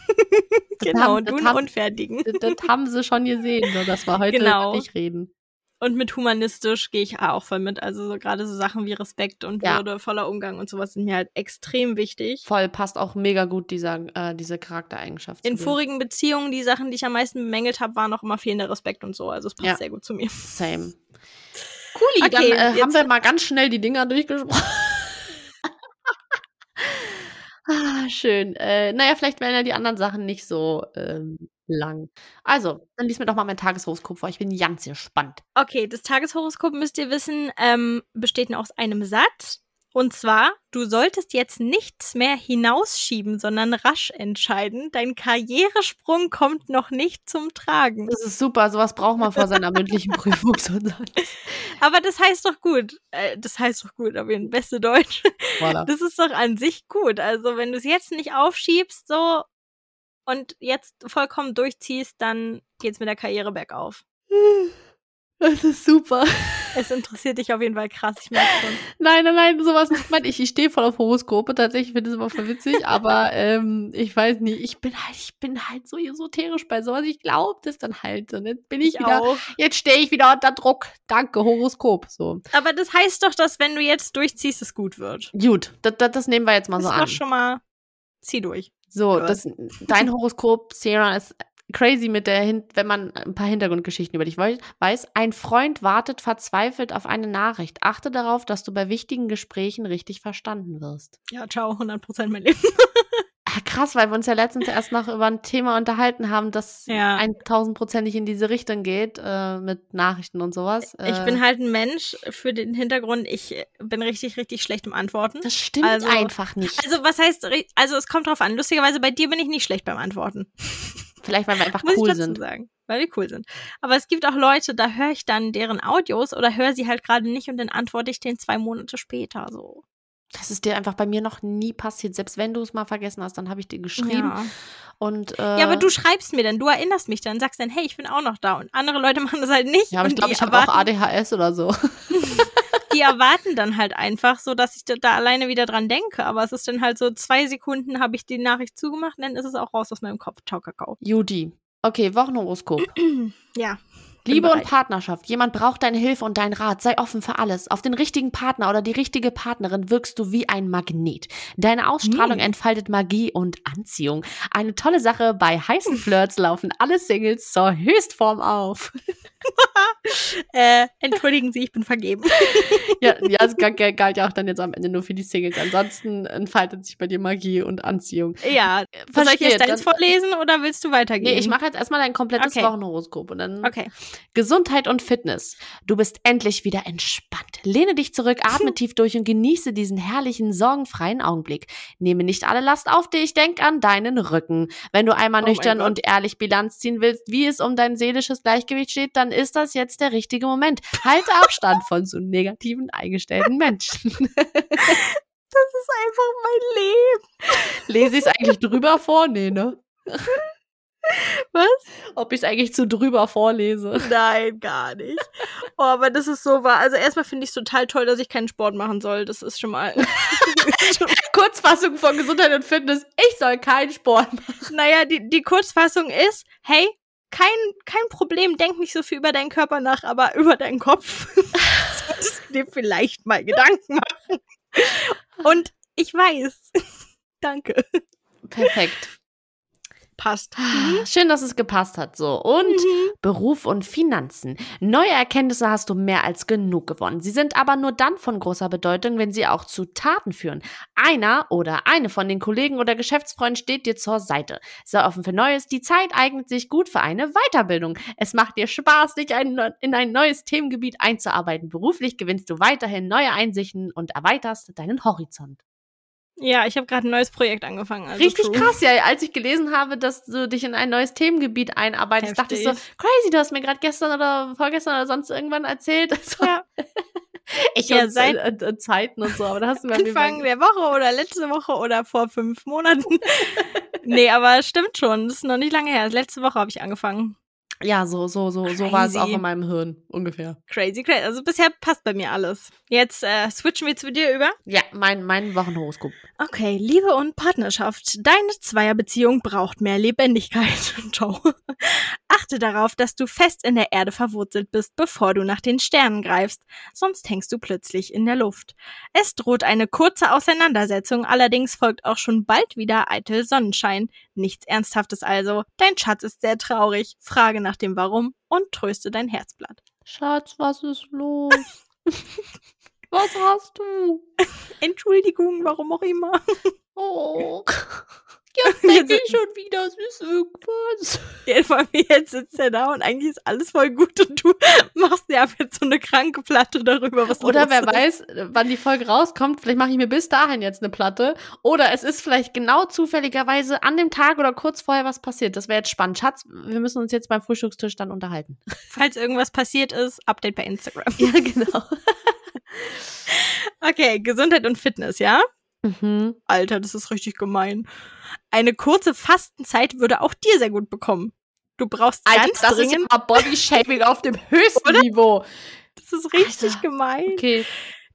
Speaker 2: Das
Speaker 1: genau, und
Speaker 2: das
Speaker 1: du einen
Speaker 2: haben,
Speaker 1: Unfertigen.
Speaker 2: das, das haben sie schon gesehen, so, dass wir heute
Speaker 1: Genau.
Speaker 2: über dich reden.
Speaker 1: Und mit humanistisch gehe ich auch voll mit. Also, so, gerade so Sachen wie Respekt und
Speaker 2: Ja.
Speaker 1: Würde, voller Umgang und sowas sind mir halt extrem wichtig.
Speaker 2: Voll, passt auch mega gut dieser, äh, diese Charaktereigenschaft.
Speaker 1: In
Speaker 2: zu dir.
Speaker 1: vorigen Beziehungen, die Sachen, die ich am meisten bemängelt habe, waren auch immer fehlender Respekt und so. Also, es passt
Speaker 2: Ja.
Speaker 1: sehr gut zu mir.
Speaker 2: Same. Cooli,
Speaker 1: Okay,
Speaker 2: dann äh, haben
Speaker 1: jetzt-
Speaker 2: wir mal ganz schnell die Dinger durchgesprochen. ah, schön. Äh, naja, vielleicht wären ja die anderen Sachen nicht so ähm, lang. Also, dann lies mir doch mal mein Tageshoroskop vor. Ich bin ganz gespannt.
Speaker 1: Okay, das Tageshoroskop müsst ihr wissen, ähm, besteht nur aus einem Satz. Und zwar, du solltest jetzt nichts mehr hinausschieben, sondern rasch entscheiden. Dein Karrieresprung kommt noch nicht zum Tragen.
Speaker 2: Das ist super, sowas braucht man vor seiner mündlichen Prüfung. so ein Satz.
Speaker 1: Aber das heißt doch gut. Äh, das heißt doch gut, aber in beste Deutsch.
Speaker 2: Voilà.
Speaker 1: Das ist doch an sich gut. Also wenn du es jetzt nicht aufschiebst so und jetzt vollkommen durchziehst, dann geht's mit der Karriere bergauf.
Speaker 2: Das ist super.
Speaker 1: Es interessiert dich auf jeden Fall krass, ich merke schon.
Speaker 2: Nein, nein, nein, sowas nicht meint. Ich, ich stehe voll auf Horoskope, tatsächlich finde es immer voll witzig, aber ähm, ich weiß nicht, ich bin halt, ich bin halt so esoterisch bei sowas. Ich glaube das dann halt. Und jetzt bin ich, wieder,
Speaker 1: auch.
Speaker 2: jetzt stehe ich wieder unter Druck. Danke, Horoskop. So.
Speaker 1: Aber das heißt doch, dass wenn du jetzt durchziehst, es gut wird.
Speaker 2: Gut, das, das, das nehmen wir jetzt mal
Speaker 1: Das
Speaker 2: so
Speaker 1: ist
Speaker 2: Also an.
Speaker 1: doch schon mal. Zieh durch.
Speaker 2: So,
Speaker 1: Gut.
Speaker 2: das, dein Horoskop, Sarah, ist crazy mit der, Hin wenn man ein paar Hintergrundgeschichten über dich wei- weiß. Ein Freund wartet verzweifelt auf eine Nachricht. Achte darauf, dass du bei wichtigen Gesprächen richtig verstanden wirst.
Speaker 1: Ja, ciao, 100% mein Leben.
Speaker 2: Ah, krass, weil wir uns ja letztens erst noch über ein Thema unterhalten haben, das
Speaker 1: Ja.
Speaker 2: 1000%ig in diese Richtung geht, äh, mit Nachrichten und sowas. Äh,
Speaker 1: Ich bin halt ein Mensch für den Hintergrund. Ich äh, bin richtig, richtig schlecht im Antworten.
Speaker 2: das stimmt
Speaker 1: also-
Speaker 2: einfach nicht.
Speaker 1: Also, was heißt, ri- also es kommt drauf an. Lustigerweise, bei dir bin ich nicht schlecht beim Antworten.
Speaker 2: Vielleicht, weil wir einfach
Speaker 1: Muss
Speaker 2: cool
Speaker 1: ich dazu
Speaker 2: sind.
Speaker 1: sagen. Weil wir cool sind. Aber es gibt auch Leute, da höre ich dann deren Audios oder höre sie halt gerade nicht und dann antworte ich denen zwei Monate später so.
Speaker 2: Das ist dir einfach bei mir noch nie passiert. Selbst wenn du es mal vergessen hast, dann habe ich dir geschrieben.
Speaker 1: Ja.
Speaker 2: Und, äh,
Speaker 1: ja, aber du schreibst mir dann, du erinnerst mich dann, sagst dann, hey, ich bin auch noch da. Und andere Leute machen das halt nicht.
Speaker 2: Ja, aber ich
Speaker 1: und
Speaker 2: glaube,
Speaker 1: die
Speaker 2: ich habe auch
Speaker 1: erwarten-
Speaker 2: ADHS oder so.
Speaker 1: die erwarten dann halt einfach so, dass ich da, da alleine wieder dran denke. Aber es ist dann halt so, zwei Sekunden habe ich die Nachricht zugemacht, dann ist es auch raus aus meinem Kopf. Ciao, Kakao.
Speaker 2: Judy. Okay, Wochenhoroskop.
Speaker 1: Ja. bin
Speaker 2: Liebe und
Speaker 1: bereit.
Speaker 2: Partnerschaft. Jemand braucht deine Hilfe und deinen Rat. Sei offen für alles. Auf den richtigen Partner oder die richtige Partnerin wirkst du wie ein Magnet. Deine Ausstrahlung
Speaker 1: Mm.
Speaker 2: entfaltet Magie und Anziehung. Eine tolle Sache. Bei heißen Flirts laufen alle Singles zur Höchstform auf.
Speaker 1: Äh, entschuldigen Sie, ich bin vergeben.
Speaker 2: Ja, ja es galt, galt ja auch dann jetzt am Ende nur für die Singles. Ansonsten entfaltet sich bei dir Magie und Anziehung.
Speaker 1: ja. Soll ich
Speaker 2: Verstehe,
Speaker 1: jetzt deins
Speaker 2: dann-
Speaker 1: vorlesen oder willst du weitergehen?
Speaker 2: Nee, ich mache jetzt erstmal dein komplettes
Speaker 1: Mhm. Okay.
Speaker 2: Wochenhoroskop und dann
Speaker 1: Okay.
Speaker 2: Gesundheit und Fitness. Du bist endlich wieder entspannt. Lehne dich zurück, atme tief durch und genieße diesen herrlichen, sorgenfreien Augenblick. Nehme nicht alle Last auf dich, denk an deinen Rücken. Wenn du einmal
Speaker 1: Oh mein
Speaker 2: nüchtern
Speaker 1: Gott.
Speaker 2: und ehrlich Bilanz ziehen willst, wie es um dein seelisches Gleichgewicht steht, dann ist das jetzt der richtige Moment. Halte Abstand von so negativen, eingestellten Menschen.
Speaker 1: Das ist einfach mein Leben.
Speaker 2: Lese ich es eigentlich drüber vor? Nee, ne?
Speaker 1: Was?
Speaker 2: Ob ich es eigentlich zu drüber vorlese?
Speaker 1: Nein, gar nicht. Oh, aber das ist so wahr. Also erstmal finde ich es total toll, dass ich keinen Sport machen soll. Das ist schon mal.
Speaker 2: Kurzfassung von Gesundheit und Fitness. Ich soll keinen Sport
Speaker 1: naja, die, die Kurzfassung ist, hey, kein, kein Problem, denk nicht so viel über deinen Körper nach, aber über deinen Kopf. Solltest du dir vielleicht mal Gedanken machen. Und ich weiß. Danke.
Speaker 2: Perfekt.
Speaker 1: Passt.
Speaker 2: Ah, Schön, dass es gepasst hat. So. Und
Speaker 1: Mhm.
Speaker 2: Beruf und Finanzen. Neue Erkenntnisse hast du mehr als genug gewonnen. Sie sind aber nur dann von großer Bedeutung, wenn sie auch zu Taten führen. Einer oder eine von den Kollegen oder Geschäftsfreunden steht dir zur Seite. Sei offen für Neues. Die Zeit eignet sich gut für eine Weiterbildung. Es macht dir Spaß, dich ein, in ein neues Themengebiet einzuarbeiten. Beruflich gewinnst du weiterhin neue Einsichten und erweiterst deinen Horizont.
Speaker 1: Ja, ich habe gerade ein neues Projekt angefangen. Also
Speaker 2: Richtig
Speaker 1: true.
Speaker 2: krass, ja. Als ich gelesen habe, dass du dich in ein neues Themengebiet einarbeitest, dachte ich so,
Speaker 1: Heftig.
Speaker 2: crazy, du hast mir gerade gestern oder vorgestern oder sonst irgendwann erzählt. Also,
Speaker 1: Ja.
Speaker 2: ich
Speaker 1: Ja,
Speaker 2: und,
Speaker 1: seit-
Speaker 2: äh, äh, Zeiten und so, aber da hast du mir
Speaker 1: Anfang der Woche oder letzte Woche oder vor fünf Monaten. nee, aber stimmt schon. Das ist noch nicht lange her. Letzte Woche habe ich angefangen.
Speaker 2: Ja, so, so, so, so war es
Speaker 1: Crazy.
Speaker 2: auch in meinem Hirn ungefähr.
Speaker 1: Crazy, crazy. Also bisher passt bei mir alles. Jetzt äh, switchen wir zu dir über.
Speaker 2: Ja, mein, mein Wochenhoroskop.
Speaker 1: Okay, Liebe und Partnerschaft. Deine Zweierbeziehung braucht mehr Lebendigkeit. Ciao. Achte darauf, dass du fest in der Erde verwurzelt bist, bevor du nach den Sternen greifst, sonst hängst du plötzlich in der Luft. Es droht eine kurze Auseinandersetzung, allerdings folgt auch schon bald wieder eitel Sonnenschein. Nichts Ernsthaftes also. Dein Schatz ist sehr traurig. Frage nach dem Warum und tröste dein Herzblatt.
Speaker 2: Schatz, was ist los? was hast du?
Speaker 1: Entschuldigung, warum auch immer.
Speaker 2: Oh. Jetzt denke ich schon wieder, es ist irgendwas.
Speaker 1: Ja, vor allem jetzt sitzt er da und eigentlich ist alles voll gut und du machst dir ab jetzt so eine kranke Platte darüber, was
Speaker 2: Oder
Speaker 1: los
Speaker 2: wer
Speaker 1: ist.
Speaker 2: weiß, wann die Folge rauskommt, vielleicht mache ich mir bis dahin jetzt eine Platte. Oder es ist vielleicht genau zufälligerweise an dem Tag oder kurz vorher was passiert. Das wäre jetzt spannend. Schatz, wir müssen uns jetzt beim Frühstückstisch dann unterhalten.
Speaker 1: Falls irgendwas passiert ist, Update bei Instagram.
Speaker 2: Ja, genau.
Speaker 1: Okay, Gesundheit und Fitness, ja?
Speaker 2: Mhm.
Speaker 1: Alter, das ist richtig gemein. Eine kurze Fastenzeit würde auch dir sehr gut bekommen. Du brauchst
Speaker 2: Alter,
Speaker 1: ganz
Speaker 2: das ist
Speaker 1: dringend.
Speaker 2: immer Bodyshaming auf dem höchsten Niveau.
Speaker 1: das ist richtig
Speaker 2: Alter.
Speaker 1: gemein.
Speaker 2: Okay.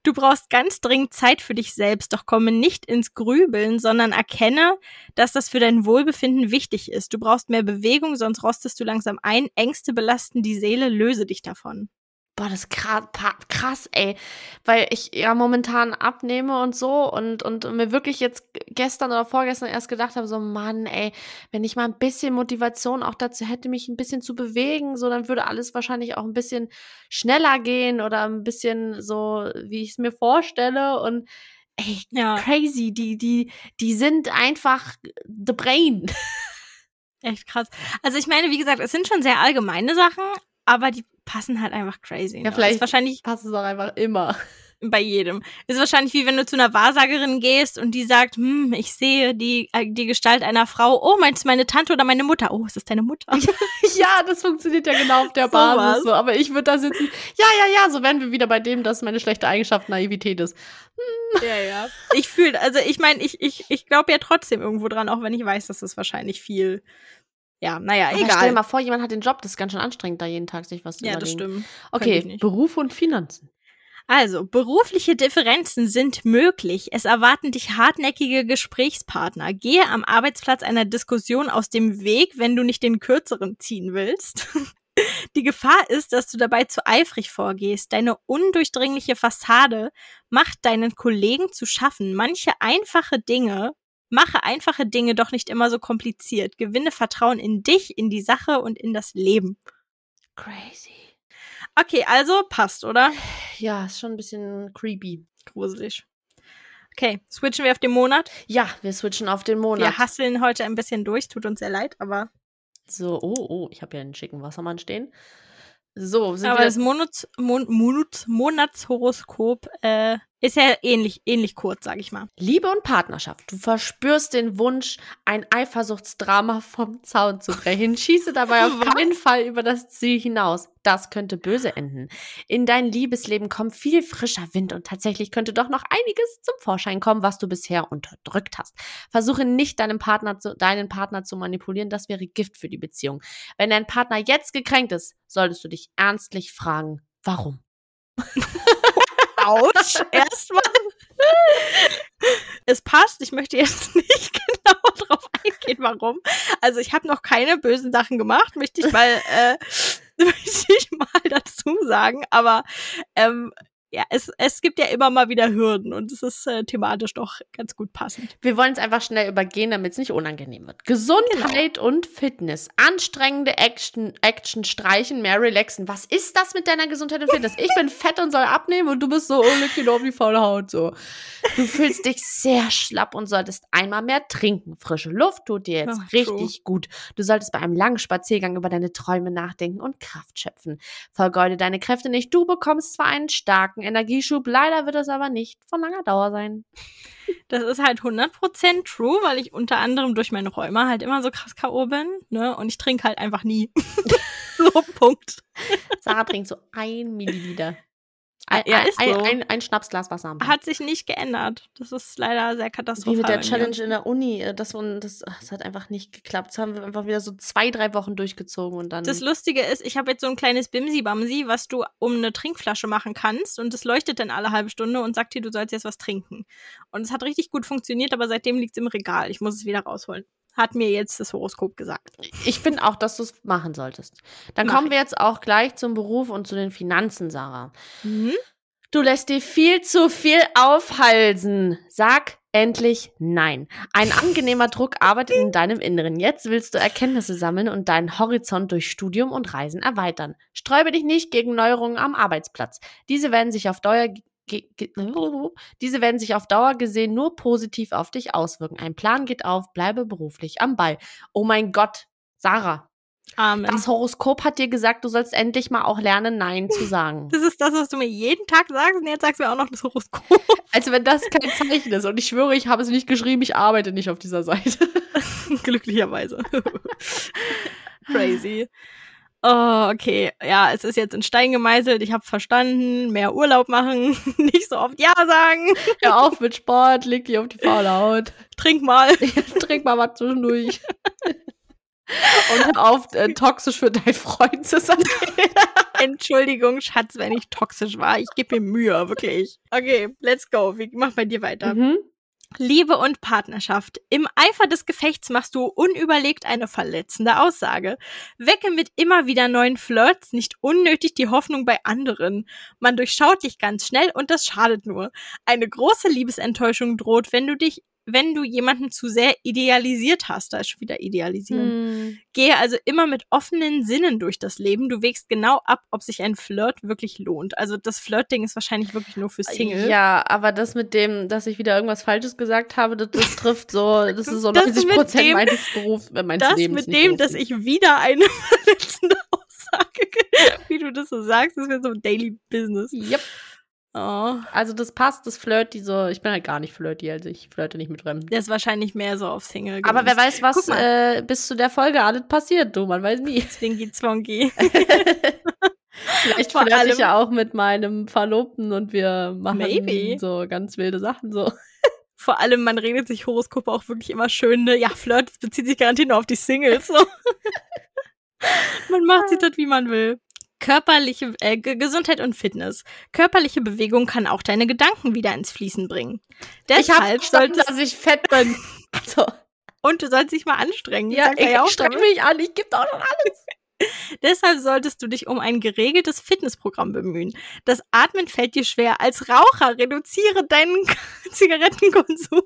Speaker 1: Du brauchst ganz dringend Zeit für dich selbst, doch komme nicht ins Grübeln, sondern erkenne, dass das für dein Wohlbefinden wichtig ist. Du brauchst mehr Bewegung, sonst rostest du langsam ein. Ängste belasten die Seele, löse dich davon.
Speaker 2: Boah, das ist krass, krass, ey. Weil ich ja momentan abnehme und so und, und mir wirklich jetzt gestern oder vorgestern erst gedacht habe, so, Mann, ey, wenn ich mal ein bisschen Motivation auch dazu hätte, mich ein bisschen zu bewegen, so, dann würde alles wahrscheinlich auch ein bisschen schneller gehen oder ein bisschen so, wie ich es mir vorstelle. Und ey,
Speaker 1: Ja.
Speaker 2: crazy, die, die, die sind einfach the brain.
Speaker 1: Echt krass. Also ich meine, wie gesagt, es sind schon sehr allgemeine Sachen, aber die passen halt einfach crazy. ne?
Speaker 2: vielleicht-
Speaker 1: Ist wahrscheinlich
Speaker 2: Passt es auch einfach immer.
Speaker 1: bei jedem. Ist wahrscheinlich wie wenn du zu einer Wahrsagerin gehst und die sagt, hm, ich sehe die, äh, die Gestalt einer Frau. Oh, meinst du meine Tante oder meine Mutter? Oh, es ist deine Mutter.
Speaker 2: Ja, das funktioniert ja genau auf der
Speaker 1: So was.
Speaker 2: Basis. So. Aber ich würde das jetzt. nicht- Ja, ja, ja, so wären wir wieder bei dem, dass meine schlechte Eigenschaft Naivität ist.
Speaker 1: Hm. Ja, ja. Ich fühle, also ich meine, ich, ich, ich glaube ja trotzdem irgendwo dran, auch wenn ich weiß, dass es wahrscheinlich viel. Ja, naja,
Speaker 2: Aber Stell dir
Speaker 1: egal.
Speaker 2: mal vor, jemand hat den Job, das ist ganz schön anstrengend, da jeden Tag sich was zu
Speaker 1: ja, das
Speaker 2: überlegen.
Speaker 1: stimmt. Könnte ich
Speaker 2: Okay,
Speaker 1: nicht.
Speaker 2: Beruf und Finanzen.
Speaker 1: Also, berufliche Differenzen sind möglich. Es erwarten dich hartnäckige Gesprächspartner. Gehe am Arbeitsplatz einer Diskussion aus dem Weg, wenn du nicht den kürzeren ziehen willst. Die Gefahr ist, dass du dabei zu eifrig vorgehst. Deine undurchdringliche Fassade macht deinen Kollegen zu schaffen. Manche einfache Dinge, mache einfache Dinge doch nicht immer so kompliziert. Gewinne Vertrauen in dich, in die Sache und in das Leben.
Speaker 2: Crazy.
Speaker 1: Okay, also passt, oder?
Speaker 2: Ja, ist schon ein bisschen creepy.
Speaker 1: Gruselig. Okay, switchen wir auf den Monat.
Speaker 2: Ja, wir switchen auf den Monat.
Speaker 1: Wir hasseln heute ein bisschen durch, tut uns sehr leid, aber,
Speaker 2: So, oh, oh, ich habe ja einen schicken Wassermann stehen. So, sind
Speaker 1: aber
Speaker 2: wir.
Speaker 1: das Monats, Mon, Monats, Monatshoroskop äh, ist ja ähnlich, ähnlich kurz, sag ich mal.
Speaker 2: Liebe und Partnerschaft. Du verspürst den Wunsch, ein Eifersuchtsdrama vom Zaun zu brechen. Schieße dabei auf
Speaker 1: Was?
Speaker 2: keinen Fall über das Ziel hinaus. Das könnte böse enden. In dein Liebesleben kommt viel frischer Wind und tatsächlich könnte doch noch einiges zum Vorschein kommen, was du bisher unterdrückt hast. Versuche nicht, deinen Partner zu, deinen Partner zu manipulieren. Das wäre Gift für die Beziehung. Wenn dein Partner jetzt gekränkt ist, solltest du dich ernstlich fragen, warum?
Speaker 1: Autsch, erstmal. es passt, ich möchte jetzt nicht genau drauf eingehen, warum. Also ich habe noch keine bösen Sachen gemacht, möchte ich mal, äh, möchte ich mal dazu sagen, aber ähm, ja, es, es gibt ja immer mal wieder Hürden und es ist äh, thematisch doch ganz gut passend.
Speaker 2: Wir wollen es einfach schnell übergehen, damit es nicht unangenehm wird. Gesundheit
Speaker 1: Genau.
Speaker 2: und Fitness. Anstrengende Action, Action streichen, mehr relaxen. Was ist das mit deiner Gesundheit und Fitness? Ich bin fett und soll abnehmen und du bist so, oh, leg dir doch auf die faule Haut. So. Du fühlst dich sehr schlapp und solltest einmal mehr trinken. Frische Luft tut dir jetzt
Speaker 1: Ach, true.
Speaker 2: richtig gut. Du solltest bei einem langen Spaziergang über deine Träume nachdenken und Kraft schöpfen. Vergeude deine Kräfte nicht. Du bekommst zwar einen starken Energieschub, leider wird es aber nicht von langer Dauer sein.
Speaker 1: Das ist halt 100% true, weil ich unter anderem durch meine Rheuma halt immer so krass K.O. bin, ne? Und ich trinke halt einfach nie. so, Punkt.
Speaker 2: Sarah trinkt so ein Milliliter. Ein,
Speaker 1: Ja,
Speaker 2: ein,
Speaker 1: ist so.
Speaker 2: ein, ein, ein Schnapsglas Wasser am Tag.
Speaker 1: Hat sich nicht geändert. Das ist leider sehr katastrophal.
Speaker 2: Wie mit der
Speaker 1: bei mir.
Speaker 2: Challenge in der Uni, äh, das, und das, ach, das hat einfach nicht geklappt. Das haben wir einfach wieder so zwei, drei Wochen durchgezogen und dann.
Speaker 1: Das Lustige ist, ich habe jetzt so ein kleines Bimsi-Bamsi, was du um eine Trinkflasche machen kannst. Und das leuchtet dann alle halbe Stunde und sagt dir, du sollst jetzt was trinken. Und es hat richtig gut funktioniert, aber seitdem liegt es im Regal. Ich muss es wieder rausholen. Hat mir jetzt das Horoskop gesagt.
Speaker 2: ich finde auch, dass du es machen solltest. Dann
Speaker 1: Mach
Speaker 2: kommen wir jetzt auch gleich zum Beruf und zu den Finanzen, Sarah.
Speaker 1: Mhm.
Speaker 2: Du lässt dir viel zu viel aufhalsen. Sag endlich nein. Ein angenehmer Druck arbeitet in deinem Inneren. Jetzt willst du Erkenntnisse sammeln und deinen Horizont durch Studium und Reisen erweitern. Sträube dich nicht gegen Neuerungen am Arbeitsplatz. Diese werden sich auf Dauer ge- ge- diese werden sich auf Dauer gesehen nur positiv auf dich auswirken. Ein Plan geht auf, bleibe beruflich am Ball. Oh mein Gott, Sarah,
Speaker 1: Amen.
Speaker 2: das Horoskop hat dir gesagt, du sollst endlich mal auch lernen, Nein zu sagen.
Speaker 1: Das ist das, was du mir jeden Tag sagst. Und jetzt sagst du mir auch noch das Horoskop.
Speaker 2: Also wenn das kein Zeichen ist und ich schwöre, ich habe es nicht geschrieben, ich arbeite nicht auf dieser Seite.
Speaker 1: Glücklicherweise. Crazy. Oh, okay. Ja, es ist jetzt in Stein gemeißelt. Ich habe verstanden. Mehr Urlaub machen. Nicht so oft Ja sagen.
Speaker 2: Hör auf mit Sport, leg dich auf die faule Haut,
Speaker 1: Trink mal.
Speaker 2: trink mal was zwischendurch. Und hör auf, äh, toxisch für deinen Freund zu sein.
Speaker 1: Entschuldigung, Schatz, wenn ich toxisch war. Ich gebe mir Mühe, wirklich. Okay, let's go. Wie mach bei dir weiter?
Speaker 2: Mhm.
Speaker 1: Liebe und Partnerschaft. Im Eifer des Gefechts machst du unüberlegt eine verletzende Aussage. Wecke mit immer wieder neuen Flirts nicht unnötig die Hoffnung bei anderen. Man durchschaut dich ganz schnell und das schadet nur. Eine große Liebesenttäuschung droht, wenn du dich wenn du jemanden zu sehr idealisiert hast, da ist schon wieder
Speaker 2: Hm.
Speaker 1: idealisieren. Mm. Gehe also immer mit offenen Sinnen durch das Leben. Du wägst genau ab, ob sich ein Flirt wirklich lohnt. Also das Flirt-Ding ist wahrscheinlich wirklich nur für
Speaker 2: Äh,
Speaker 1: Single.
Speaker 2: Ja, aber das mit dem, dass ich wieder irgendwas Falsches gesagt habe, das, das trifft so, das ist so 90 Prozent meines Berufs, äh, meines
Speaker 1: das
Speaker 2: Lebens.
Speaker 1: Das mit dem, dass ich wieder eine verletzende Aussage, wie du das so sagst, das wäre so Daily Business.
Speaker 2: Yep. Oh. Also das passt, das flirty so. Ich bin halt gar nicht flirty, also ich flirte nicht mit Fremden.
Speaker 1: Der ist wahrscheinlich mehr so auf Single.
Speaker 2: Aber wer weiß, was äh, bis zu der Folge alles passiert, du, man weiß nie.
Speaker 1: Zwingi zwongi.
Speaker 2: Vielleicht flirte ich ja auch mit meinem Verlobten und wir machen Maybe. so ganz wilde Sachen so.
Speaker 1: Vor allem, man redet sich Horoskope auch wirklich immer schön, ne? Ja, Flirt, das bezieht sich garantiert nur auf die Singles. So. man macht sich das, wie man will. Körperliche äh, Gesundheit und Fitness. Körperliche Bewegung kann auch deine Gedanken wieder ins Fließen bringen.
Speaker 2: Deshalb ich sollte dass ich fett bin.
Speaker 1: so. Und du sollst dich mal anstrengen.
Speaker 2: Ja, ich, ja ich streng mich an, ich gebe auch noch alles.
Speaker 1: Deshalb solltest du dich um ein geregeltes Fitnessprogramm bemühen. Das Atmen fällt dir schwer. Als Raucher reduziere deinen Zigarettenkonsum.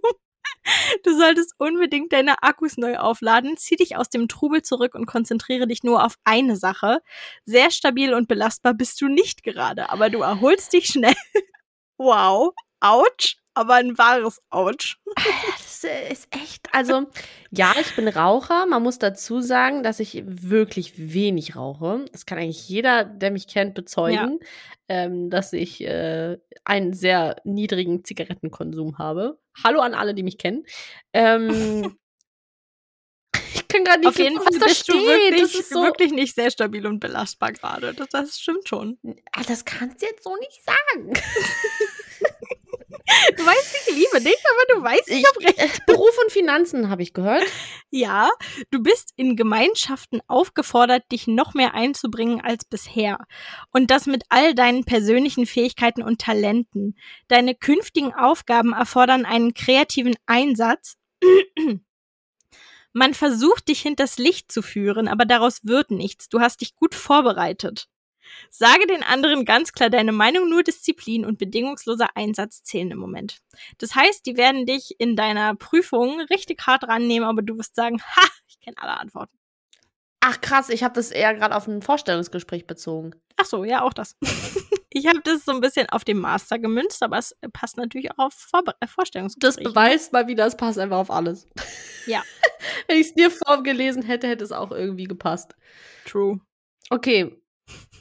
Speaker 1: Du solltest unbedingt deine Akkus neu aufladen, zieh dich aus dem Trubel zurück und konzentriere dich nur auf eine Sache. Sehr stabil und belastbar bist du nicht gerade, aber du erholst dich schnell. Wow. Autsch, aber ein wahres Autsch.
Speaker 2: Das ist echt, also ja, ich bin Raucher. Man muss dazu sagen, dass ich wirklich wenig rauche. Das kann eigentlich jeder, der mich kennt, bezeugen, ja. ähm, dass ich äh, einen sehr niedrigen Zigarettenkonsum habe. Hallo an alle, die mich kennen. Ähm, ich kann gar nicht
Speaker 1: Auf jeden Fall bist steht. du wirklich, das ist so wirklich nicht sehr stabil und belastbar gerade. Das, das stimmt schon.
Speaker 2: ah, Das kannst du jetzt so nicht sagen.
Speaker 1: Du weißt, ich liebe dich, aber du weißt, ich habe recht.
Speaker 2: Beruf und Finanzen habe ich gehört.
Speaker 1: Ja, du bist in Gemeinschaften aufgefordert, dich noch mehr einzubringen als bisher. Und das mit all deinen persönlichen Fähigkeiten und Talenten. Deine künftigen Aufgaben erfordern einen kreativen Einsatz. Man versucht, dich hinters Licht zu führen, aber daraus wird nichts. Du hast dich gut vorbereitet. Sage den anderen ganz klar deine Meinung, nur Disziplin und bedingungsloser Einsatz zählen im Moment. Das heißt, die werden dich in deiner Prüfung richtig hart rannehmen, aber du wirst sagen, ha, ich kenne alle Antworten.
Speaker 2: Ach krass, ich habe das eher gerade auf ein Vorstellungsgespräch bezogen.
Speaker 1: Ach so, ja, auch das. ich habe das so ein bisschen auf den Master gemünzt, aber es passt natürlich auch auf äh, Vor
Speaker 2: Das beweist mal wieder, es passt einfach auf alles.
Speaker 1: Ja.
Speaker 2: Wenn ich es dir vorgelesen hätte, hätte es auch irgendwie gepasst.
Speaker 1: True.
Speaker 2: Okay,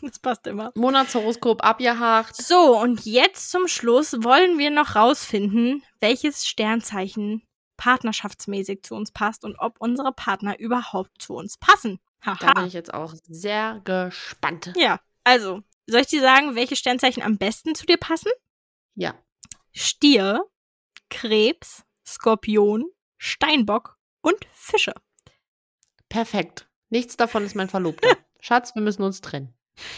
Speaker 1: das passt immer.
Speaker 2: Monatshoroskop abgehakt.
Speaker 1: So, und jetzt zum Schluss wollen wir noch rausfinden, welches Sternzeichen partnerschaftsmäßig zu uns passt und ob unsere Partner überhaupt zu uns passen.
Speaker 2: Haha. Da bin ich jetzt auch sehr gespannt.
Speaker 1: Ja, also, soll ich dir sagen, welche Sternzeichen am besten zu dir passen?
Speaker 2: Ja.
Speaker 1: Stier, Krebs, Skorpion, Steinbock und Fische.
Speaker 2: Perfekt. Nichts davon ist mein Verlobter. Schatz, wir müssen uns trennen.